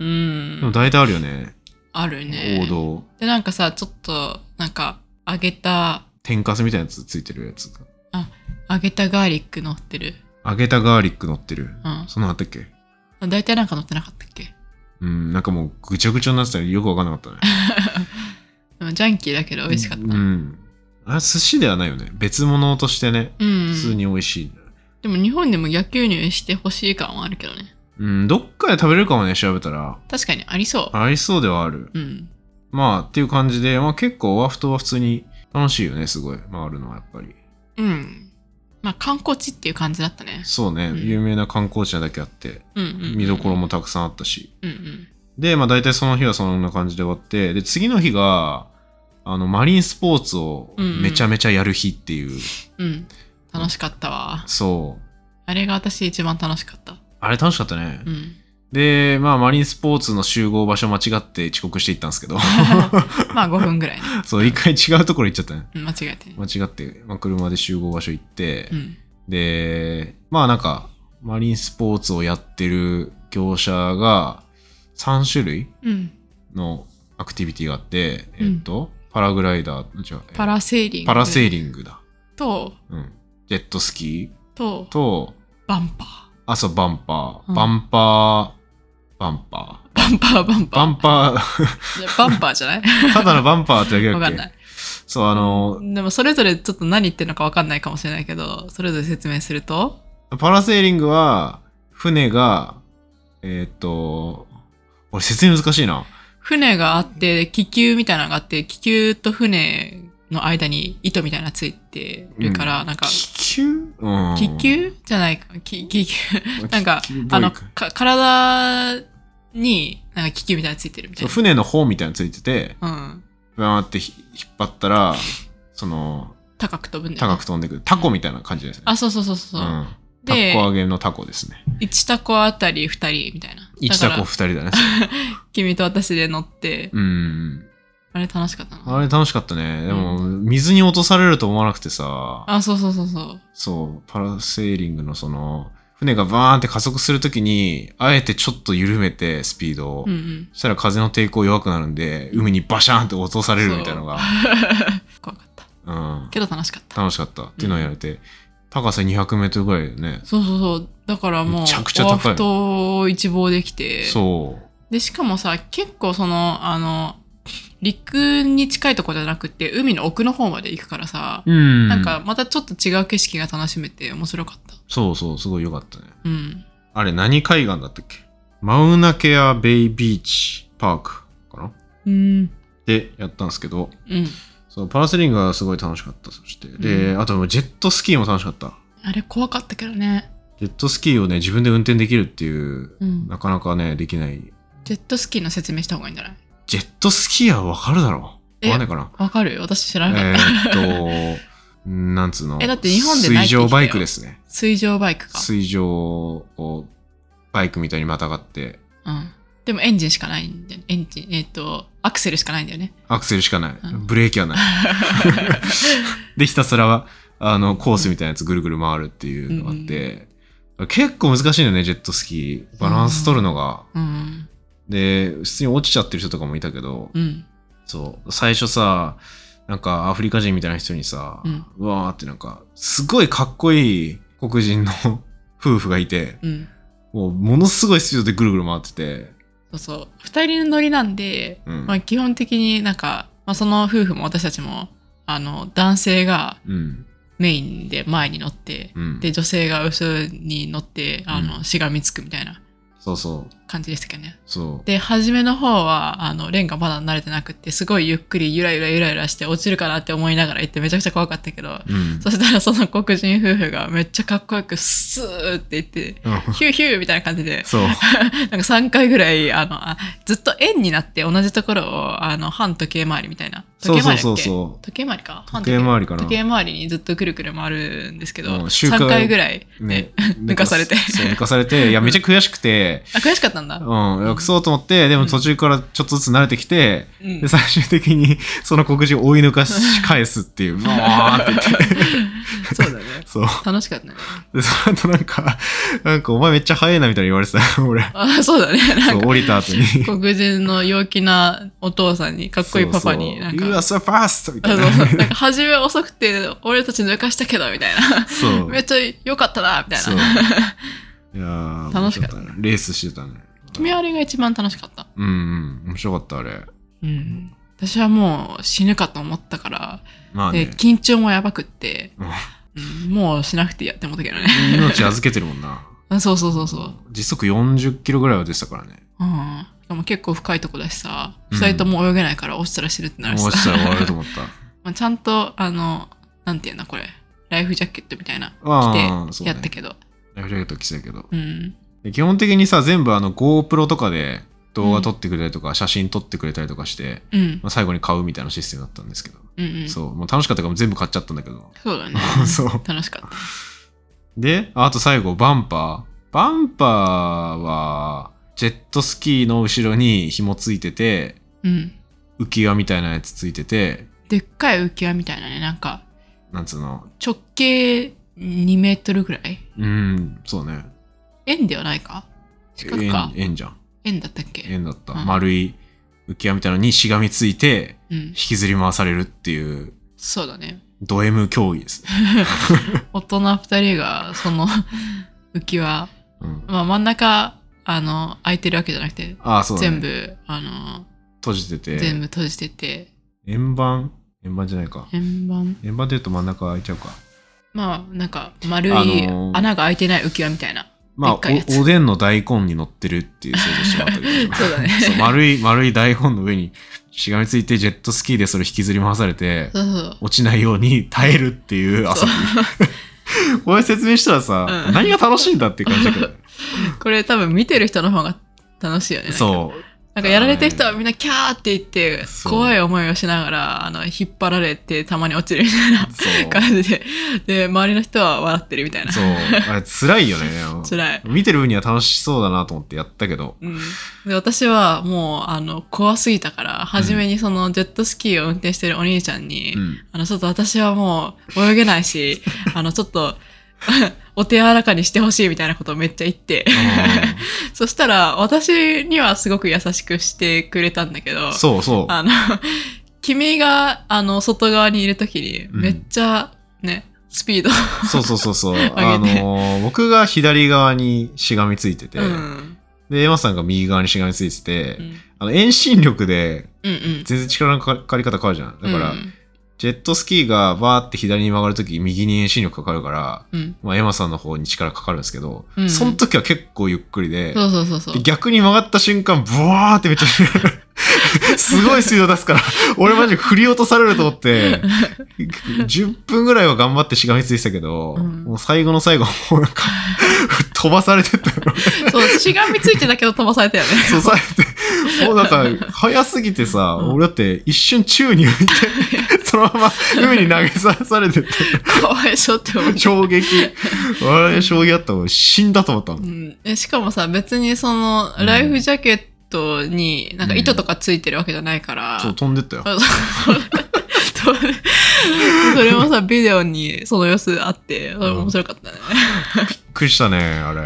Speaker 1: でも
Speaker 2: ん。
Speaker 1: 大体あるよね
Speaker 2: あるね
Speaker 1: 王。道
Speaker 2: で、なんかさ、ちょっと、なんか、揚げた、
Speaker 1: 天かすみたいなやつついてるやつ
Speaker 2: 揚げたガーリック乗ってる。
Speaker 1: 揚げたガーリック乗ってる
Speaker 2: うん
Speaker 1: そんなのあったっけ。
Speaker 2: 大体なんか乗ってなかったっけ
Speaker 1: うんなんかもうぐちゃぐちゃになってたらよくわかんなかったね
Speaker 2: でもジャンキーだけど 美味しかった。う。
Speaker 1: うんんあれ寿司ではないよね別物としてね普通に美味しい、
Speaker 2: でも日本でも逆輸入してほしい感はあるけどね。
Speaker 1: うん、どっかで食べれるかもね調べたら
Speaker 2: 確かにありそ
Speaker 1: ありそうではある
Speaker 2: う。うん。
Speaker 1: まあっていう感じで、まあ結構ワフトは普通に楽しいよね、すごい。回るのはやっぱり。
Speaker 2: うん。まあ観光地っていう感じだったね。
Speaker 1: そうね、
Speaker 2: うん
Speaker 1: 有名な観光地なだけあって、
Speaker 2: うんうんうん。
Speaker 1: 見どころもたくさんあったし。
Speaker 2: うんうん。
Speaker 1: で、まあ大体その日はそんな感じで終わって、で、次の日が、あの、マリンスポーツをめちゃめちゃやる日っていう、
Speaker 2: うん。楽しかったわ。
Speaker 1: そう。
Speaker 2: あれが私一番楽しかった。
Speaker 1: あれ楽しかったね。
Speaker 2: うん。
Speaker 1: で、まあ、マリンスポーツの集合場所間違って遅刻していったんですけど、
Speaker 2: まあ5分ぐらいね。
Speaker 1: そう、一回違うところ行っちゃったね。
Speaker 2: うん間違えてね。
Speaker 1: 間違って、まあ、車で集合場所行って、
Speaker 2: うん。
Speaker 1: で、まあなんか、マリンスポーツをやってる業者が、3種類
Speaker 2: うん。
Speaker 1: のアクティビティがあって、
Speaker 2: うん
Speaker 1: えっと、パラグライダー、違う、
Speaker 2: パラセーリン
Speaker 1: え
Speaker 2: グ。
Speaker 1: パラセーリングだ。
Speaker 2: と、
Speaker 1: うん。ジェットスキ
Speaker 2: と
Speaker 1: ー、と、
Speaker 2: バンパ
Speaker 1: あ、そう、バンパ
Speaker 2: う
Speaker 1: ー。
Speaker 2: ん
Speaker 1: バンパー、バンパー。
Speaker 2: ー。バンパー、バンパ
Speaker 1: バンパー、
Speaker 2: ー。いやバンパーじ ゃない
Speaker 1: ただのバンパーってだけ
Speaker 2: わ
Speaker 1: だ
Speaker 2: か
Speaker 1: っ
Speaker 2: ん
Speaker 1: け
Speaker 2: ない。
Speaker 1: そう、あの、
Speaker 2: でもそれぞれちょっと何言ってるのかわかんないかもしれないけど、それぞれ説明すると、
Speaker 1: パラセーリングは、船が、えっと、俺説明難しいな。
Speaker 2: 船があって、気球みたいなのがあって、気球と船の間に糸みたいなのついてるから、なんか、
Speaker 1: 気球うん。
Speaker 2: 気球じゃないか。気気球。なんか
Speaker 1: 気球っ、ぽ
Speaker 2: あ
Speaker 1: い
Speaker 2: の、か体に、なんか気球みたいなのついてるみたいな。
Speaker 1: 船の方みたいなのついてて、
Speaker 2: うん。
Speaker 1: バーってひ引っ張ったら、その、
Speaker 2: 高く飛ぶんだよ、ね。
Speaker 1: 高く飛んでくる。タコみたいな感じですね。
Speaker 2: あ、そうそうそうそう。
Speaker 1: うん。タ
Speaker 2: で
Speaker 1: コ揚げのタコですね。
Speaker 2: 1タコあたり2人みたいな。
Speaker 1: 1タコ
Speaker 2: だ
Speaker 1: 2
Speaker 2: から
Speaker 1: 人だね。
Speaker 2: 君と私で乗って、
Speaker 1: うん。
Speaker 2: あれ楽しかったな。
Speaker 1: あれ楽しかったね。でも、水に落とされると思わなくてさ、
Speaker 2: あ、そうそうそうそう。
Speaker 1: そう、パラセーリングのその、船がバーンって加速するときに、あえてちょっと緩めて、スピードを。
Speaker 2: うんうん。
Speaker 1: そしたら風の抵抗弱くなるんで、海にバシャーンって落とされるみたいなの が、
Speaker 2: 怖かった。
Speaker 1: うん。
Speaker 2: けど楽しかった。
Speaker 1: 楽しかったっていうのをやれて、高さ200メートルぐらいだよね。
Speaker 2: そうそうそう。だからもう、
Speaker 1: めちゃくちゃ高い
Speaker 2: オアフ島を一望できて。
Speaker 1: そう。
Speaker 2: で、しかもさ、結構その、あの、陸に近いとこじゃなくて、海の奥の方まで行くからさ、
Speaker 1: うん。
Speaker 2: なんか、またちょっと違う景色が楽しめて面白かった。
Speaker 1: そうそう、すごい良かったね。
Speaker 2: うん。
Speaker 1: あれ、何海岸だったっけマウナケアベイビーチパークかな
Speaker 2: うん。
Speaker 1: で、やったんですけど、
Speaker 2: うん。
Speaker 1: そう、パラセリングはすごい楽しかった。そして、で、
Speaker 2: う
Speaker 1: あと、ジェットスキーも楽しかった。
Speaker 2: あれ怖かったけどね。
Speaker 1: ジェットスキーをね、自分で運転できるっていう、
Speaker 2: うん。
Speaker 1: なかなかね、できない。
Speaker 2: ジェットスキーの説明した方がいいんじゃない
Speaker 1: ジェットスキーはわかるだろう
Speaker 2: え
Speaker 1: わかんないかな
Speaker 2: わかるよ私知らなか
Speaker 1: え
Speaker 2: った。
Speaker 1: ーっと、なんつうの。
Speaker 2: えだって日本でないって
Speaker 1: 水
Speaker 2: 言
Speaker 1: 上
Speaker 2: ってたよ
Speaker 1: バイクですね。
Speaker 2: 水上バイクか。
Speaker 1: 水上をバイクみたいにまたがって、
Speaker 2: うん。でもエンジンしかないんだよね。エンジン、えっ、と、アクセルしかないんだよね。
Speaker 1: アクセルしかない。
Speaker 2: うん
Speaker 1: ブレーキは ない。で、ひたすら、あの、コースみたいなやつぐるぐる回るっていうのがあって、結構難しいのね、ジェットスキー。バランス取るのが。
Speaker 2: うん。
Speaker 1: で、普通に落ちちゃってる人とかもいたけど、
Speaker 2: うん。
Speaker 1: そう、最初さ、なんかアフリカ人みたいな人にさ、
Speaker 2: うん
Speaker 1: うわーってなんか、すごいかっこいい黒人の 夫婦がいて、
Speaker 2: うん。
Speaker 1: もうものすごいスピードでぐるぐる回ってて、
Speaker 2: そうそう。二人乗りなんで、
Speaker 1: うん
Speaker 2: まあ基本的になんか、まあその夫婦も私たちも、あの、男性が
Speaker 1: うん、
Speaker 2: メインで前に乗って、
Speaker 1: うん。
Speaker 2: で、女性が後ろに乗って、あ
Speaker 1: う
Speaker 2: の、
Speaker 1: ん
Speaker 2: しがみつくみたいな
Speaker 1: そうそう、
Speaker 2: 感じでしたけどね。
Speaker 1: そう。
Speaker 2: で、初めの方は、あの、レンがまだ慣れてなくって、すごいゆっくりゆらゆらゆらゆらして落ちるかなって思いながら行ってめちゃくちゃ怖かったけど、
Speaker 1: うん。
Speaker 2: そしたらその黒人夫婦がめっちゃかっこよくスーって言って、
Speaker 1: うん
Speaker 2: ヒューヒューみたいな感じで、
Speaker 1: そう。
Speaker 2: なんか3回ぐらい、あの、あずっと円になって同じところを、あの、半時計回りみたいな。
Speaker 1: そ
Speaker 2: 時
Speaker 1: う
Speaker 2: 計
Speaker 1: そう
Speaker 2: 回りだ
Speaker 1: そ
Speaker 2: っ
Speaker 1: う
Speaker 2: け
Speaker 1: そう。
Speaker 2: 時計回りか半
Speaker 1: 時計回りかな
Speaker 2: 時計回りにずっとくるくる回るんですけど、
Speaker 1: うん周
Speaker 2: 3
Speaker 1: 回
Speaker 2: 回ぐらい。
Speaker 1: ね、
Speaker 2: 抜かされて
Speaker 1: そう、抜かされて、い や、めちゃ悔しくて、
Speaker 2: あ、悔しかったんだ。
Speaker 1: うん、訳そうと思って、でも途中からちょっとずつ慣れてきて、
Speaker 2: うん
Speaker 1: で、最終的に その黒人を追い抜かし返すって いう、バーンって言って、
Speaker 2: そうだね。
Speaker 1: そう。
Speaker 2: 楽しかったね。
Speaker 1: で、その後なんか、なんかお前めっちゃ早いなみたいに言われてた、俺。
Speaker 2: あ、そうだね。な
Speaker 1: そ
Speaker 2: ん
Speaker 1: う、
Speaker 2: か
Speaker 1: 降りた後に。 か
Speaker 2: 黒人の陽気なお父さんに、かっこいいパパに、なんか。
Speaker 1: You are so fast! み
Speaker 2: あ
Speaker 1: たい
Speaker 2: の、
Speaker 1: な。
Speaker 2: なんか初めは遅くて、俺たち抜かしたけど、みたいな。
Speaker 1: そう。
Speaker 2: めっちゃ良かったな、みた
Speaker 1: そ。
Speaker 2: いうな。
Speaker 1: いやー
Speaker 2: 楽しかった
Speaker 1: 面白ねレースしてたね。
Speaker 2: 君あれが一番楽しかった。
Speaker 1: うんうん、面白かった、あれ。
Speaker 2: うん。私はもう死ぬかと思ったから、
Speaker 1: まあ
Speaker 2: で
Speaker 1: ね。
Speaker 2: 緊張もやばくって、
Speaker 1: うん
Speaker 2: うんもうしなくていいやって思ったけどね。
Speaker 1: 命預けてるもんな。
Speaker 2: あ そうそうそうそう。
Speaker 1: 実速40キロぐらいは出てたからね。
Speaker 2: うん。しかも結構深いとこだしさ、
Speaker 1: うん
Speaker 2: 二人とも泳げないから落ちたら死ぬってなるし
Speaker 1: もうした
Speaker 2: さ。
Speaker 1: ら終わると思った。
Speaker 2: まあちゃんと、あの、なんていうのこれ、ライフジャケットみたいな、
Speaker 1: ああ、
Speaker 2: 着
Speaker 1: そ
Speaker 2: て
Speaker 1: うね
Speaker 2: やったけど。
Speaker 1: ライフジャケット着てたけど。
Speaker 2: うん。
Speaker 1: で基本的にさ、全部あの GoPro とかで動画撮ってくれたりとか、写真撮ってくれたりとかして、
Speaker 2: うん
Speaker 1: ま。あ、最後に買うみたいなシステムだったんですけど。
Speaker 2: うんう ん。
Speaker 1: そう、もう楽しかったから全部買っちゃったんだけど。。
Speaker 2: そうだね
Speaker 1: そう
Speaker 2: 楽しかった。
Speaker 1: で、あと最後、バンパー。バンパーは、ジェットスキーの後ろに紐ついてて、
Speaker 2: うん。
Speaker 1: 浮き輪みたいなやつついてて、
Speaker 2: でっかい浮き輪みたいなね、なんか
Speaker 1: なんつうの、
Speaker 2: 直径2メートルぐらい
Speaker 1: うん、そうね。
Speaker 2: 円ではないか四角か
Speaker 1: 円。円じゃん。
Speaker 2: 円だったっけ
Speaker 1: 円だった。
Speaker 2: うん
Speaker 1: 丸い浮き輪みたいなのにしがみついて、
Speaker 2: うん
Speaker 1: 引。きずり回されるっていう、
Speaker 2: そうだね。
Speaker 1: ド M 競技ですね。
Speaker 2: 大人2人がその 浮き輪、
Speaker 1: うん、
Speaker 2: まあ、真ん中あの空いてるわけじゃなくて、
Speaker 1: ああ、そうだ、ね。
Speaker 2: 全部あ
Speaker 1: 閉じて
Speaker 2: の
Speaker 1: て。
Speaker 2: 全部閉じてて
Speaker 1: 円盤円盤じゃないか。
Speaker 2: 円盤
Speaker 1: 円盤で言うと真ん中開いちゃうか。
Speaker 2: まあなんか丸
Speaker 1: あ
Speaker 2: い
Speaker 1: のー
Speaker 2: 穴が開いてない浮き輪みた いな、
Speaker 1: ま
Speaker 2: でっかいや
Speaker 1: あ
Speaker 2: つ
Speaker 1: お、おでんの大根に乗ってるっていう想像してもらったけど
Speaker 2: そうだね
Speaker 1: そう丸い、丸い大根の上にしがみついて、ジェットスキーでそれ引きずり回されて、
Speaker 2: そうそう
Speaker 1: 落ちないように耐えるっていう遊
Speaker 2: そう
Speaker 1: び。これ説明したらさ、
Speaker 2: うん
Speaker 1: 何が楽しいんだって感じ だけど。
Speaker 2: これ多分見てる人の方が楽しいよねう
Speaker 1: そ
Speaker 2: なんかやられてる人はみんなキャーって言って
Speaker 1: そう
Speaker 2: 怖い思いをしながらあの引っ張られてたまに落ちるみたいな
Speaker 1: う。そう。
Speaker 2: 感じでで周りの人は笑ってるみたいな
Speaker 1: そう。あれ辛いよね。
Speaker 2: 辛い、
Speaker 1: 見てる分には楽しそうだなと思ってやったけど。
Speaker 2: うん、で私はもうあの怖すぎたから初めにそのジェットスキーを運転してるお兄ちゃんに、
Speaker 1: うん。
Speaker 2: あの、ちょっと私はもう泳げな いし、あの、ちょっと、 お手柔らかにしてほしいみたいなことをめっちゃ言って。そしたら、私にはすごく優しくしてくれたんだけ
Speaker 1: う
Speaker 2: ど、
Speaker 1: んそうそう。
Speaker 2: あの、君が、あの、外側にいるときに、
Speaker 1: うん
Speaker 2: めっちゃ、ね、スピード。
Speaker 1: そうそうそうそう。あ
Speaker 2: あげて
Speaker 1: のー僕が左側にしがみついてて、
Speaker 2: うん。
Speaker 1: で、エマさんが右側にしがみついてて、
Speaker 2: うん
Speaker 1: あの遠心力で
Speaker 2: うんうん。
Speaker 1: 全然力のかかり方変わるじゃん。だから、
Speaker 2: うん
Speaker 1: ジェットスキーがバーって左に曲がるとき、右に遠心力かかるから、
Speaker 2: うん。
Speaker 1: まあ、エマさんの方に力かかるんですけど、
Speaker 2: うん
Speaker 1: その時は結構ゆっくりで、
Speaker 2: そうそうそうそう
Speaker 1: で。逆に曲がった瞬間、ブワーってめっちゃ、 すごいスピード出すから、俺マジで振り落とされると思って、10分ぐらいは頑張ってしがみついてたけど、
Speaker 2: うん
Speaker 1: もう最後の最後、もうなんか、飛ばされてったよ。
Speaker 2: そう、しがみついてたけど飛ばされたよね。
Speaker 1: 刺されて、もうなんか、早すぎてさ、
Speaker 2: うん
Speaker 1: 俺だって一瞬宙に浮いて、そのまま海に投げさされて って、
Speaker 2: かわいそうって思って。
Speaker 1: 衝撃。あれ、衝撃あった俺死んだと思ったも。
Speaker 2: うんん、えしかもさ別にその
Speaker 1: うん
Speaker 2: ライフジャケットになんか糸とかついてるわけじゃないから、
Speaker 1: そう、飛んでったよ。
Speaker 2: あそう それもさビデオにその様子あってそれ面白かったね、
Speaker 1: びっくりしたね、あれ。
Speaker 2: い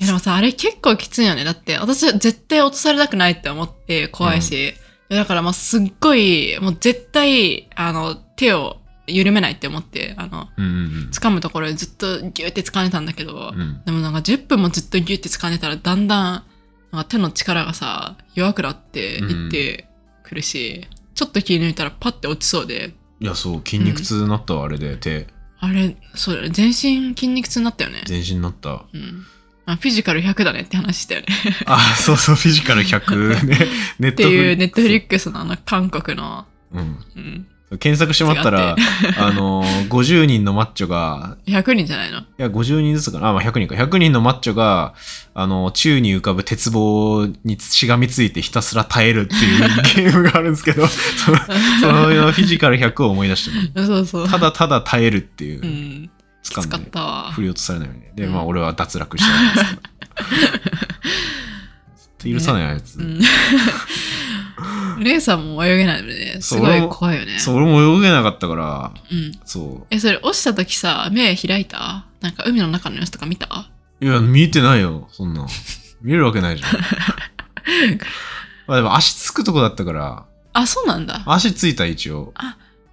Speaker 2: やでもさあれ結構きついよねだって私は絶対落とされたくないって思って怖いし、だからまあすっごいもう絶対あの手を緩めないって思ってあの
Speaker 1: うんうん
Speaker 2: 掴むところずっとギューって掴んでたんだけど、
Speaker 1: うん。うん
Speaker 2: でもなんか10分もずっとギュって掴んでたらだんだんなんか手の力がさ弱くなっていってくるし、ちょっと気抜いたらパッて落ちそうで
Speaker 1: いや、そう、筋肉痛になったわ、あれで、手、
Speaker 2: あれそれ全身筋肉痛になったよね、
Speaker 1: 全身になった。
Speaker 2: うんあ、フィジカル100だねって話したよね
Speaker 1: あ、そうそう、フィジカル100ね。ネッ
Speaker 2: っ
Speaker 1: ト
Speaker 2: ていうネットフリ
Speaker 1: ッ
Speaker 2: ックスのあの韓国の、
Speaker 1: ク。うん。
Speaker 2: うん、
Speaker 1: 検索してもらったら、あのー、50人のマッチョが、
Speaker 2: 100人じゃないの
Speaker 1: いや、50人ずつかな。あ、まあ、100人か。100人のマッチョが、あの、宙に浮かぶ鉄棒にしがみついてひたすら耐えるっていうゲームがあるんですけ ど、その、そのフィジカル100を思い出しても
Speaker 2: そうそう
Speaker 1: ただただ耐えるっていうう、
Speaker 2: んき
Speaker 1: 掴
Speaker 2: つかっ
Speaker 1: んで、
Speaker 2: たわ
Speaker 1: 振り落とされないようにね。で、
Speaker 2: うん
Speaker 1: まあ、俺は脱落したんです けど。許さないやつ。
Speaker 2: うん レイさんも泳げないのでねす
Speaker 1: そう
Speaker 2: ご
Speaker 1: 俺
Speaker 2: い
Speaker 1: も
Speaker 2: 怖いよね
Speaker 1: そう、俺も泳げなかったから、
Speaker 2: うん
Speaker 1: そ
Speaker 2: え、それ落ちた時さ、目開いたなんか海の中の様子とか見た
Speaker 1: う。いや、見てないよ、そん なん。見れるわけないじゃん。まあでも足つくとこだったから、
Speaker 2: あ、そうなんだ。
Speaker 1: 足ついた一応。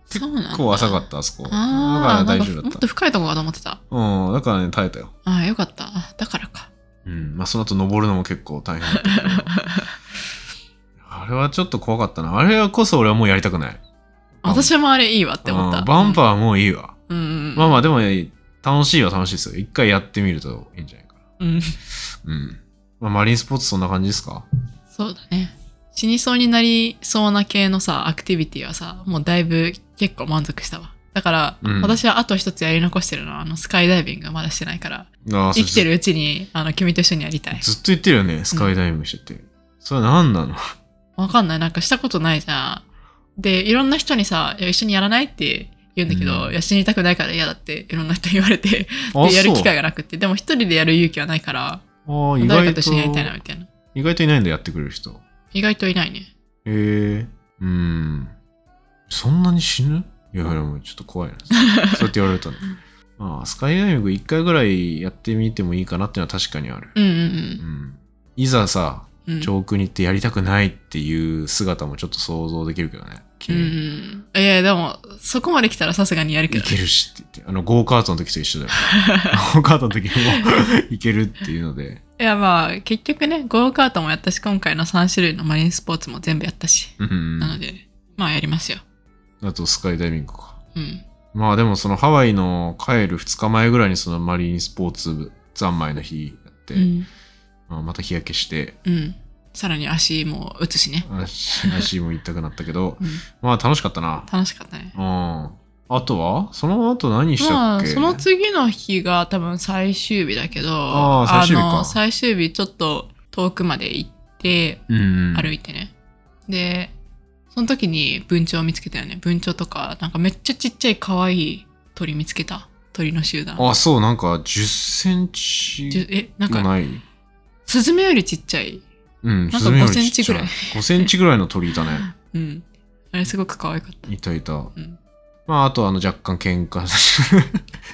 Speaker 2: そうなんだ。
Speaker 1: 結構浅かった、あそこ。だ
Speaker 2: あ
Speaker 1: か
Speaker 2: あ、
Speaker 1: ら
Speaker 2: なん
Speaker 1: 大
Speaker 2: か
Speaker 1: 丈夫
Speaker 2: も
Speaker 1: だ
Speaker 2: っ
Speaker 1: った
Speaker 2: と。深いとこかと思ってた。
Speaker 1: うん、だからね、耐えたよ。
Speaker 2: ああ、よかった。あだからか。
Speaker 1: うん、まあその後登るのも結構大変だったけ ど。あれはちょっと怖かったな。あれこそ俺はもうやりたくない。
Speaker 2: 私もあれいいわって思っ
Speaker 1: う
Speaker 2: た。
Speaker 1: んバンパー
Speaker 2: ー。
Speaker 1: はもういいわ。
Speaker 2: うんうん。
Speaker 1: まあまあでも、楽しいは楽しいですよ。一回やってみるといいんじゃないかな。
Speaker 2: うん。
Speaker 1: うん。まあマリンスポーツそんな感じですか
Speaker 2: そうだね。死にそうになりそうな系のさ、アクティビティはさ、もうだいぶ結構満足したわ。だから、
Speaker 1: うん
Speaker 2: 私はあと一つやり残してるのは、あの、スカイダイビングまだしてないから、
Speaker 1: ああ
Speaker 2: 生きて
Speaker 1: る。
Speaker 2: るうちに、あの、君と一緒にやりたい。
Speaker 1: ずっと言ってるよね、スカイダイビングしてて。それ何なの
Speaker 2: わかんない。なんかしたことないじゃん。で、いろんな人にさ、いや一緒にやらないって言うんだけど、
Speaker 1: うん
Speaker 2: いや死にたくないから嫌だっていろんな人に言われて、
Speaker 1: あ
Speaker 2: でやる機会
Speaker 1: が
Speaker 2: がなくって、でも一人でやる勇気はないから、
Speaker 1: あー意
Speaker 2: 誰
Speaker 1: 外
Speaker 2: か
Speaker 1: と
Speaker 2: と一緒にやりたいなみたいな。
Speaker 1: 意外といないんだやってくれる人
Speaker 2: 意外といないね。
Speaker 1: へえうんそんなに死ぬいやいやもうちょっと 怖いなそうやって言われたのまあスカイダイビング1回ぐらいやってみてもいいかなっていうのは確かにある、
Speaker 2: うんうん
Speaker 1: うん、いざさ
Speaker 2: うん。うん
Speaker 1: 上空に行ってやりたくないっていう姿もちょっと想像できるけどね
Speaker 2: うん
Speaker 1: 君、
Speaker 2: うん、いやでもそこまで来たらさすがにやるけ
Speaker 1: い
Speaker 2: ど
Speaker 1: けるしって言ってあのゴーカートの時と一緒だよ ゴーカートの時も いけるっていうので
Speaker 2: いやまあ結局ねゴーカートもやったし今回の3種類のマリンスポーツも全部やったし、
Speaker 1: うん
Speaker 2: なのでまあやりますよ
Speaker 1: あとスカイダイビングか
Speaker 2: うん
Speaker 1: まあでもそのハワイの帰る2日前ぐらいにそのマリンスポーツ三昧の日やって、
Speaker 2: うん、
Speaker 1: まあまた日焼けして
Speaker 2: うん、さらに足も打つしね、
Speaker 1: 足足も痛くなったけど
Speaker 2: うん、
Speaker 1: まあ楽しかったな
Speaker 2: 楽しかったね
Speaker 1: うんあとはその後何した
Speaker 2: ま
Speaker 1: っ
Speaker 2: あ
Speaker 1: け、
Speaker 2: その次の日が多分最終日だけど
Speaker 1: あー最終日か
Speaker 2: の最終日ちょっと遠くまで行って
Speaker 1: うん
Speaker 2: 歩いてね、でその時に文鳥を見つけたよね文鳥とかなんかめっちゃちっちゃい可愛い鳥見つけた鳥の集団
Speaker 1: あそうなんか1 0ン
Speaker 2: じゅ
Speaker 1: チ
Speaker 2: えなん
Speaker 1: も
Speaker 2: か
Speaker 1: ない
Speaker 2: スズメよりちっちゃい
Speaker 1: うん
Speaker 2: か
Speaker 1: スズメより
Speaker 2: 5センチぐらい
Speaker 1: ちっちゃ5センチぐらいの鳥いたね
Speaker 2: うんあれすごく可愛かった
Speaker 1: いたいた
Speaker 2: うん
Speaker 1: まああとあの若干喧嘩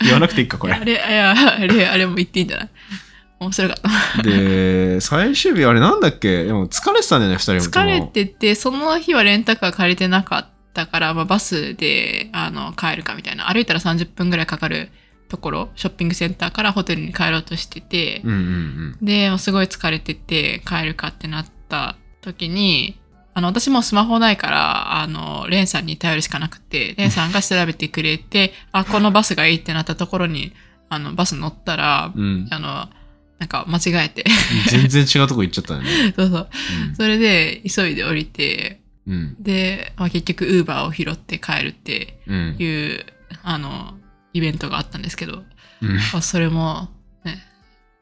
Speaker 1: 言わなくていいかこれ
Speaker 2: あれいやあれあれも言っていいんじゃない面白かった
Speaker 1: で、最終日、あれなんだっけでも疲れてたんだよね、二人も。
Speaker 2: 疲れててその日はレンタカー借りてなかったから、まあ、バスであの帰るかみたいな歩いたら30分ぐらいかかるところショッピングセンターからホテルに帰ろうとしてて、
Speaker 1: うんうん
Speaker 2: で、もうすごい疲れてて、帰るかってなった時に、あの、私もうスマホないから、あの、レンさんに頼るしかなくて、レンさんが調べてくれて、あ、このバスがいいってなったところに、あの、バス乗ったら、
Speaker 1: うん。うん、
Speaker 2: あの、なんか間違えて、
Speaker 1: 全然違うとこ行っちゃったよね。
Speaker 2: そうそう。 それで、急いで降りて、
Speaker 1: うん。うん。
Speaker 2: で、まあ、結局、ウーバーを拾って帰るって
Speaker 1: うん。
Speaker 2: いう、あの、イベントがあったんですけど、
Speaker 1: うん
Speaker 2: まあそれも、ね、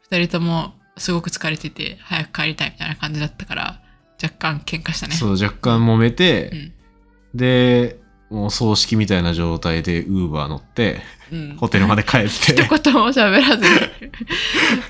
Speaker 2: 二人ともすごく疲れてて、早く帰りたいみたいな感じだったから、若干喧嘩したね。
Speaker 1: そう、若干揉めて、
Speaker 2: うん
Speaker 1: で、もう葬式みたいな状態でウーバー乗って、
Speaker 2: うん
Speaker 1: ホテルまで帰っ
Speaker 2: 一
Speaker 1: て。
Speaker 2: 言も喋らず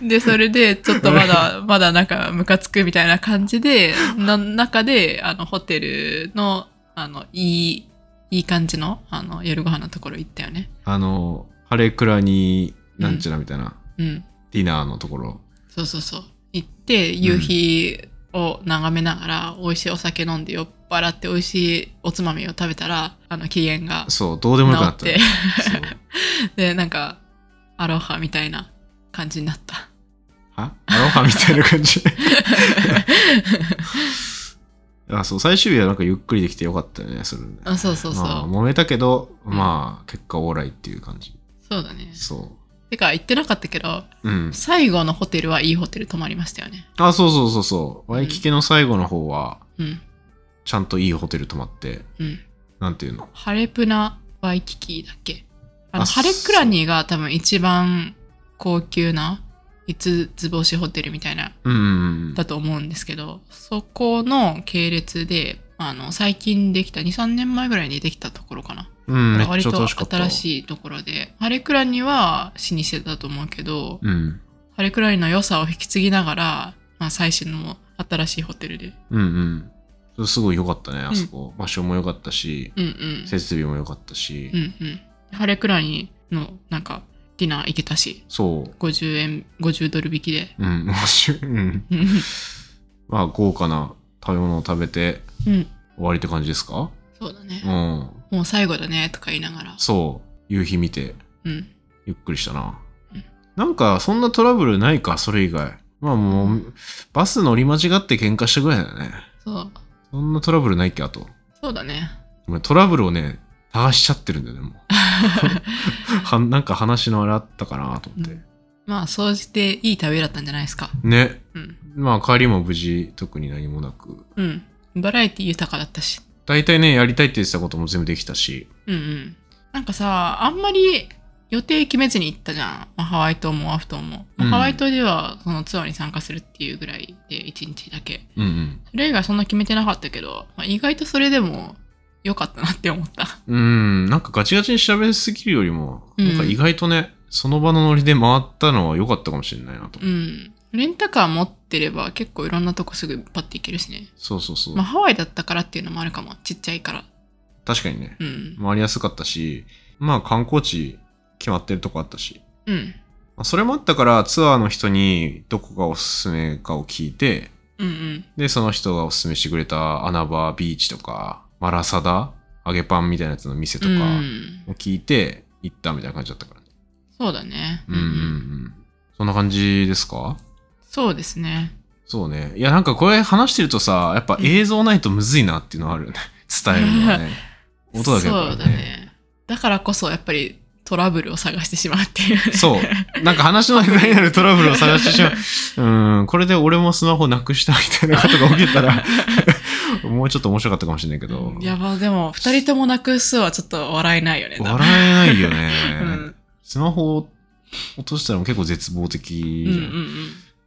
Speaker 2: に。 で、それで、ちょっとまだ、まだなんか、ムカつくみたいな感じで、の中で、あの、ホテルの、あの、いい、いい感じの、あの、夜ご飯のところ行ったよね。
Speaker 1: あの、ハレクラに、なんちゅうなみたいな、
Speaker 2: うん。
Speaker 1: ディナーのところ。
Speaker 2: そうそうそう。行って、夕日を眺めながら、美味しいお酒飲んで酔っ払って、美味しいおつまみを食べたら、あの、機嫌が
Speaker 1: そう、どうで
Speaker 2: 治
Speaker 1: もよくな
Speaker 2: っ
Speaker 1: った
Speaker 2: て
Speaker 1: ね。、そう
Speaker 2: で、なんか、アロハみたいな感じになった。
Speaker 1: はアロハみたいな感 じ。あ、そう、最終日はなんかゆっくりできてよかったよね、それね。
Speaker 2: あそうそうそう。
Speaker 1: まあ、揉めたけど、
Speaker 2: ん
Speaker 1: まあ、結果オーライっていう感じ。
Speaker 2: そうだね。
Speaker 1: そ
Speaker 2: てか、行ってなかったけど、
Speaker 1: う。うん。
Speaker 2: 最後のホテルはいいホテル泊まりましたよね。
Speaker 1: あ、そうそうそうそう。ワイキキの最後の方は、
Speaker 2: うん。
Speaker 1: ちゃんといいホテル泊まって、
Speaker 2: うん。
Speaker 1: なんていうの。
Speaker 2: ハレプナワイキキだっけあの、
Speaker 1: あ
Speaker 2: ハレクラニが多分一番高級な5つ星ホテルみたいな
Speaker 1: うんうんうん。
Speaker 2: だと思うんですけど、そこの系列で、あの、最近できた、2、3年前ぐらいにできたところかな。
Speaker 1: うん、めっ
Speaker 2: 割
Speaker 1: ちゃ
Speaker 2: と
Speaker 1: 楽しかった。
Speaker 2: 新しいところで、ハレクラニは老舗だと思うけど、
Speaker 1: うん。
Speaker 2: ハレクラニの良さを引き継ぎながら、まあ、最新の新しいホテルで。
Speaker 1: うんうんそれ。すごい良かったね、あそこ。場所も良かったし、
Speaker 2: うんうん。
Speaker 1: 設備も良かったし、
Speaker 2: うんうん。ハレクラニのなんかディナー行けたし、
Speaker 1: そう。
Speaker 2: 50円、50ドル引きで。
Speaker 1: うん、面白いうん。
Speaker 2: うん
Speaker 1: まあ、豪華な食べ物を食べて
Speaker 2: うん。
Speaker 1: 終わりって感じですか
Speaker 2: そうだ
Speaker 1: う
Speaker 2: ね。
Speaker 1: ん。
Speaker 2: もう最後だねとか言いながら。
Speaker 1: そう。夕日見て、
Speaker 2: うん。
Speaker 1: ゆっくりしたな
Speaker 2: うん。
Speaker 1: なんか、そんなトラブルないか、それ以外。まあもう、バス乗り間違って喧嘩したぐらいだよね。
Speaker 2: そう。
Speaker 1: そんなトラブルないっけ、あと。
Speaker 2: そうだね。
Speaker 1: お前トラブルをね、探しちゃってるんだ よね、もう。はなんか話のあれあったかなと思っ
Speaker 2: う
Speaker 1: て
Speaker 2: ん。まあ、総じていい旅だったんじゃないですか。
Speaker 1: ね。
Speaker 2: うん。
Speaker 1: まあ、帰りも無事、特に何もなく。
Speaker 2: うん。バラエティ豊かだったし。
Speaker 1: 大体ね、やりたいって言ってたことも全部できたし。
Speaker 2: うんうん。なんかさ、あんまり予定決めずに行ったじゃん。まあ、ハワイ島もアフ島も。まあ
Speaker 1: うん
Speaker 2: ハワイ島ではそのツアーに参加するっていうぐらいで1日だけ。
Speaker 1: うんうん。
Speaker 2: それ以外そんな決めてなかったけど、まあ、意外とそれでも良かったなって思った。
Speaker 1: うん、なんかガチガチに調べすぎるよりも、
Speaker 2: うん
Speaker 1: なんか意外とね、その場のノリで回ったのは良かったかもしれないなと。
Speaker 2: うん。レンタカー持ってれば結構いろんなとこすぐパッて行けるしね。
Speaker 1: そうそうそう。
Speaker 2: まあハワイだったからっていうのもあるかも。ちっちゃいから。
Speaker 1: 確かにね、
Speaker 2: うん。
Speaker 1: 回りやすかったし、まあ観光地決まってるとこあったし、
Speaker 2: うん。
Speaker 1: まあそれもあったからツアーの人にどこがおすすめかを聞いて、
Speaker 2: うんうん。
Speaker 1: で、その人がおすすめしてくれた穴場ビーチとか、マラサダ、揚げパンみたいなやつの店と
Speaker 2: う
Speaker 1: か
Speaker 2: ん、
Speaker 1: を聞いて行ったみたいな感じだったからね。
Speaker 2: そうだね。
Speaker 1: うんうんうん。そんな感じですか
Speaker 2: そうですね。
Speaker 1: そうね。いや、なんかこれ話してるとさ、やっぱ映像ないとむずいなっていうのはあるよ ね。伝えるのはね。音だけだか
Speaker 2: そう
Speaker 1: ら
Speaker 2: だ
Speaker 1: ね。
Speaker 2: ね。だからこそやっぱりトラブルを探してしまうっていう。
Speaker 1: そうなんか話の中になるトラブルを探してし まう。うん、これで俺もスマホなくしたみたいなことが起きたら、 もうちょっと面白かったかもしれないけど
Speaker 2: う。んやば、でも二人ともなくすはちょっと笑えないよね。多分
Speaker 1: 笑えないよね。
Speaker 2: うん
Speaker 1: スマホを落としたらもう結構絶望的じ
Speaker 2: うん
Speaker 1: ゃ
Speaker 2: うん
Speaker 1: ん、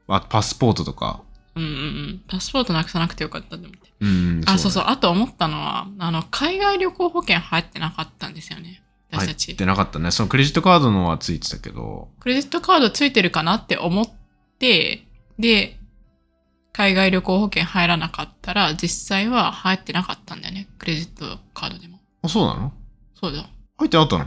Speaker 1: あパスポートとか。
Speaker 2: うん。うんうんうん。パスポートなくさなくてよかったと思って。
Speaker 1: うん、
Speaker 2: あ、そうそうう。あと思ったのは、あの、海外旅行保険入ってなかったんですよね。
Speaker 1: だね。
Speaker 2: 私
Speaker 1: 入
Speaker 2: た
Speaker 1: っ
Speaker 2: ち。
Speaker 1: てなかったね。そのクレジットカードのはついてたけど。
Speaker 2: クレジットカードついてるかなって思って、で、海外旅行保険入らなかったら、実際は入ってなかったんだよね。クレジットカードでも。
Speaker 1: あ、そうなの
Speaker 2: そうだ。
Speaker 1: 入ってあったの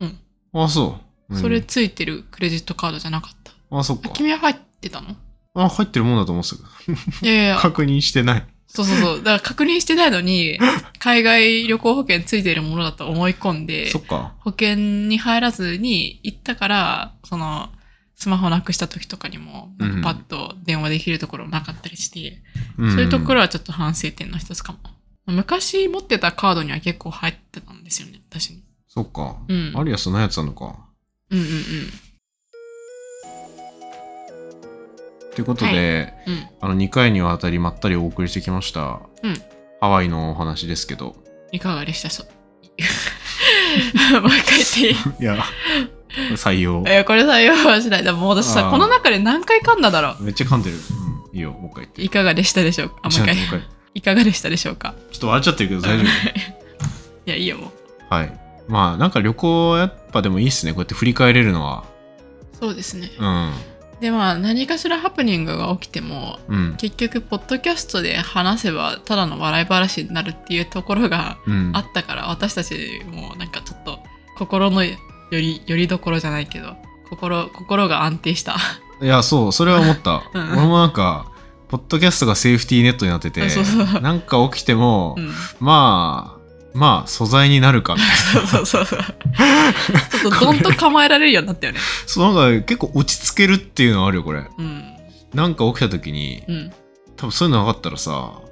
Speaker 2: うん。
Speaker 1: あ、そう。うん
Speaker 2: それ、ついてるクレジットカードじゃなかった。
Speaker 1: あ、そっか
Speaker 2: あ。君は入っ てたの
Speaker 1: あ、入ってるもんだと思ってたけど。
Speaker 2: いやいや、
Speaker 1: 確認してない。
Speaker 2: そうそうそう。だから確認してない のに、海外旅行保険ついてるものだと思い込んで
Speaker 1: そ、っか。
Speaker 2: 保険に入らずに行ったから、その、スマホなくした時とかにも、なんかパッと電話できるところもなかったりして、
Speaker 1: うん
Speaker 2: そういうところはちょっと反省点の一つかも。昔持ってたカードには結構入ってたんですよね、私に。
Speaker 1: そっか。
Speaker 2: うん。
Speaker 1: あるやそんなやつなのか。
Speaker 2: うんうん
Speaker 1: ということで、
Speaker 2: うん。うん。
Speaker 1: あの2回にわたりまったりお送りしてきました。
Speaker 2: うん
Speaker 1: ハワイのお話ですけど。
Speaker 2: いかがでしたそう もう一回言っていい
Speaker 1: いや、 採用。
Speaker 2: いや、これ採用はしない。でももう私
Speaker 1: あ
Speaker 2: さ、
Speaker 1: ー
Speaker 2: この中で何回噛んだだろう。
Speaker 1: めっちゃ噛んでる。うん、いいよ、もう一回言って。
Speaker 2: いかがでしたでしょうかあ、もう一回
Speaker 1: ち。ゃんともう一
Speaker 2: いかがでしたでしょうか
Speaker 1: ちょっと笑っちゃってるけど大丈
Speaker 2: いや、いいよ、もう。
Speaker 1: 夫。はい。まあなんか旅行はやっぱでもいいっすね。こうやって振り返れるのは。
Speaker 2: そうですね。
Speaker 1: うん。
Speaker 2: で、まあ、何かしらハプニングが起きても、
Speaker 1: うん。
Speaker 2: 結局、ポッドキャストで話せば、ただの笑い話になるっていうところが
Speaker 1: うん
Speaker 2: あ。ったから、私たちもなんかちょっと、心のより、よりどころじゃないけど、心、心が安定した。
Speaker 1: いや、そう、それは思った。
Speaker 2: うん
Speaker 1: 俺もなんか、ポッドキャストがセーフティーネットになってて、
Speaker 2: そうそう
Speaker 1: なんか起きても、
Speaker 2: うん。
Speaker 1: まあ、まあ、素材になるかみたいな。
Speaker 2: そうそう そう。ちょっと、どんと構えられるようになったよね。
Speaker 1: そう、なんか結構落ち着けるっていうのはあるよ、これ。
Speaker 2: うん。
Speaker 1: なんか起きた時に、
Speaker 2: うん。
Speaker 1: 多分そういうのなかったらさ、も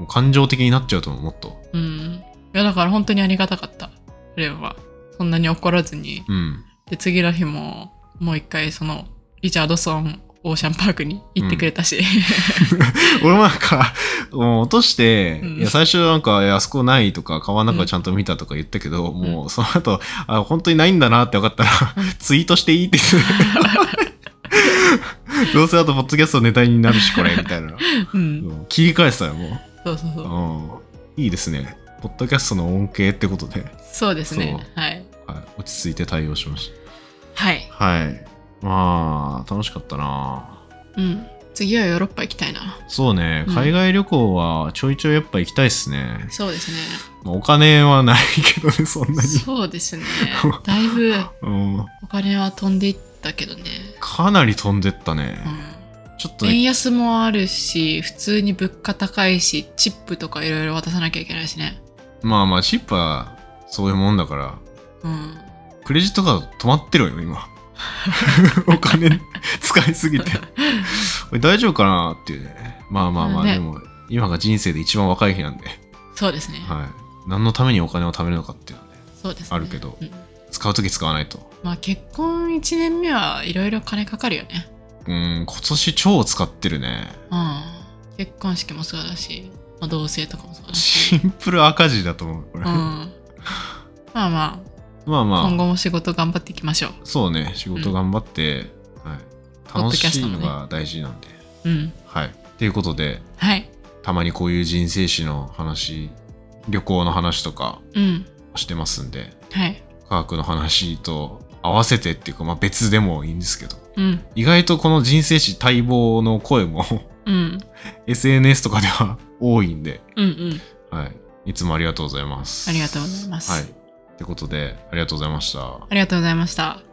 Speaker 1: う感情的になっちゃうと思う、もっと。
Speaker 2: うん。いや、だから本当にありがたかった。それは。そんなに怒らずに。
Speaker 1: うん。
Speaker 2: で、次の日も、もう一回、その、リチャードソンオーシャンパークに行ってくれたし。
Speaker 1: 俺もなんか、もう落として、
Speaker 2: うん
Speaker 1: いや、最初なんか、いやあそこないとか、川の中ちゃんと見たとか言ったけど、もうその後、あ、本当にないんだなって分かった ら、ツイートしていいって言ってどうせあと、ポッドキャストのネタになるし、これ、みたい な。
Speaker 2: う。
Speaker 1: うんん切り返したよ、も
Speaker 2: そうそうそう。
Speaker 1: う。うん。いいですね。ポッドキャストの恩恵ってことで、
Speaker 2: そうですね。はい。
Speaker 1: はい、落ち着いて対応しまし
Speaker 2: はい
Speaker 1: た。。はい。まあ、楽しかったな
Speaker 2: うん。次はヨーロッパ行きたいな。
Speaker 1: そうね、
Speaker 2: うん
Speaker 1: 海外旅行はちょいちょいやっぱ行きたいっすね。
Speaker 2: そうですね。
Speaker 1: まあお金はないけどね、そんなに。
Speaker 2: そうですね。だいぶ
Speaker 1: うん、
Speaker 2: お金は飛んでいったけどね。
Speaker 1: かなり飛んでったね。
Speaker 2: うん
Speaker 1: ちょっとね、
Speaker 2: 円安もあるし、普通に物価高いし、チップとかいろいろ渡さなきゃいけないしね。
Speaker 1: まあまあ、チップはそういうもんだから、
Speaker 2: うん。
Speaker 1: クレジットカード止まってるよ、今。お金使いすぎて。これ大丈夫かなっていうね。まあまあまあ、
Speaker 2: ね
Speaker 1: でも、今が人生で一番若い日なんで、
Speaker 2: そうですね。
Speaker 1: はい。何のためにお金を貯めるのかっていうのはね、
Speaker 2: そうです、ね。
Speaker 1: あるけど
Speaker 2: うん
Speaker 1: 使うとき使わないと。
Speaker 2: まあ結婚1年目はいろいろ金かかるよね。
Speaker 1: うん、今年超使ってるね。
Speaker 2: うん。結婚式もそうだし、まあ、同棲とかもそうだし。
Speaker 1: シンプル赤字だと思う、これ。
Speaker 2: うん。まあま
Speaker 1: まあ
Speaker 2: あ、
Speaker 1: まあ。
Speaker 2: 今後も仕事頑張っていきましょ
Speaker 1: そうね、仕事頑張って、はい、
Speaker 2: ポッド
Speaker 1: 楽
Speaker 2: キャ
Speaker 1: し
Speaker 2: スト
Speaker 1: い
Speaker 2: も
Speaker 1: の
Speaker 2: ね
Speaker 1: が大事なんで。
Speaker 2: う。うん。
Speaker 1: はい。ということで、
Speaker 2: はい。
Speaker 1: たまにこういう人生史の話旅行の話とか
Speaker 2: うん。
Speaker 1: してますんで、
Speaker 2: はい。
Speaker 1: 科学の話と合わせてっていうか、まあ別でもいいんですけど、
Speaker 2: うん。
Speaker 1: 意外とこの人生史待望の声も
Speaker 2: うん。
Speaker 1: SNS とかでは多いんで、
Speaker 2: うんうん。
Speaker 1: はい。いつもありがとうございます。
Speaker 2: ありがとうございます。
Speaker 1: はい。ってことで、ありがとうございました。
Speaker 2: ありがとうございました。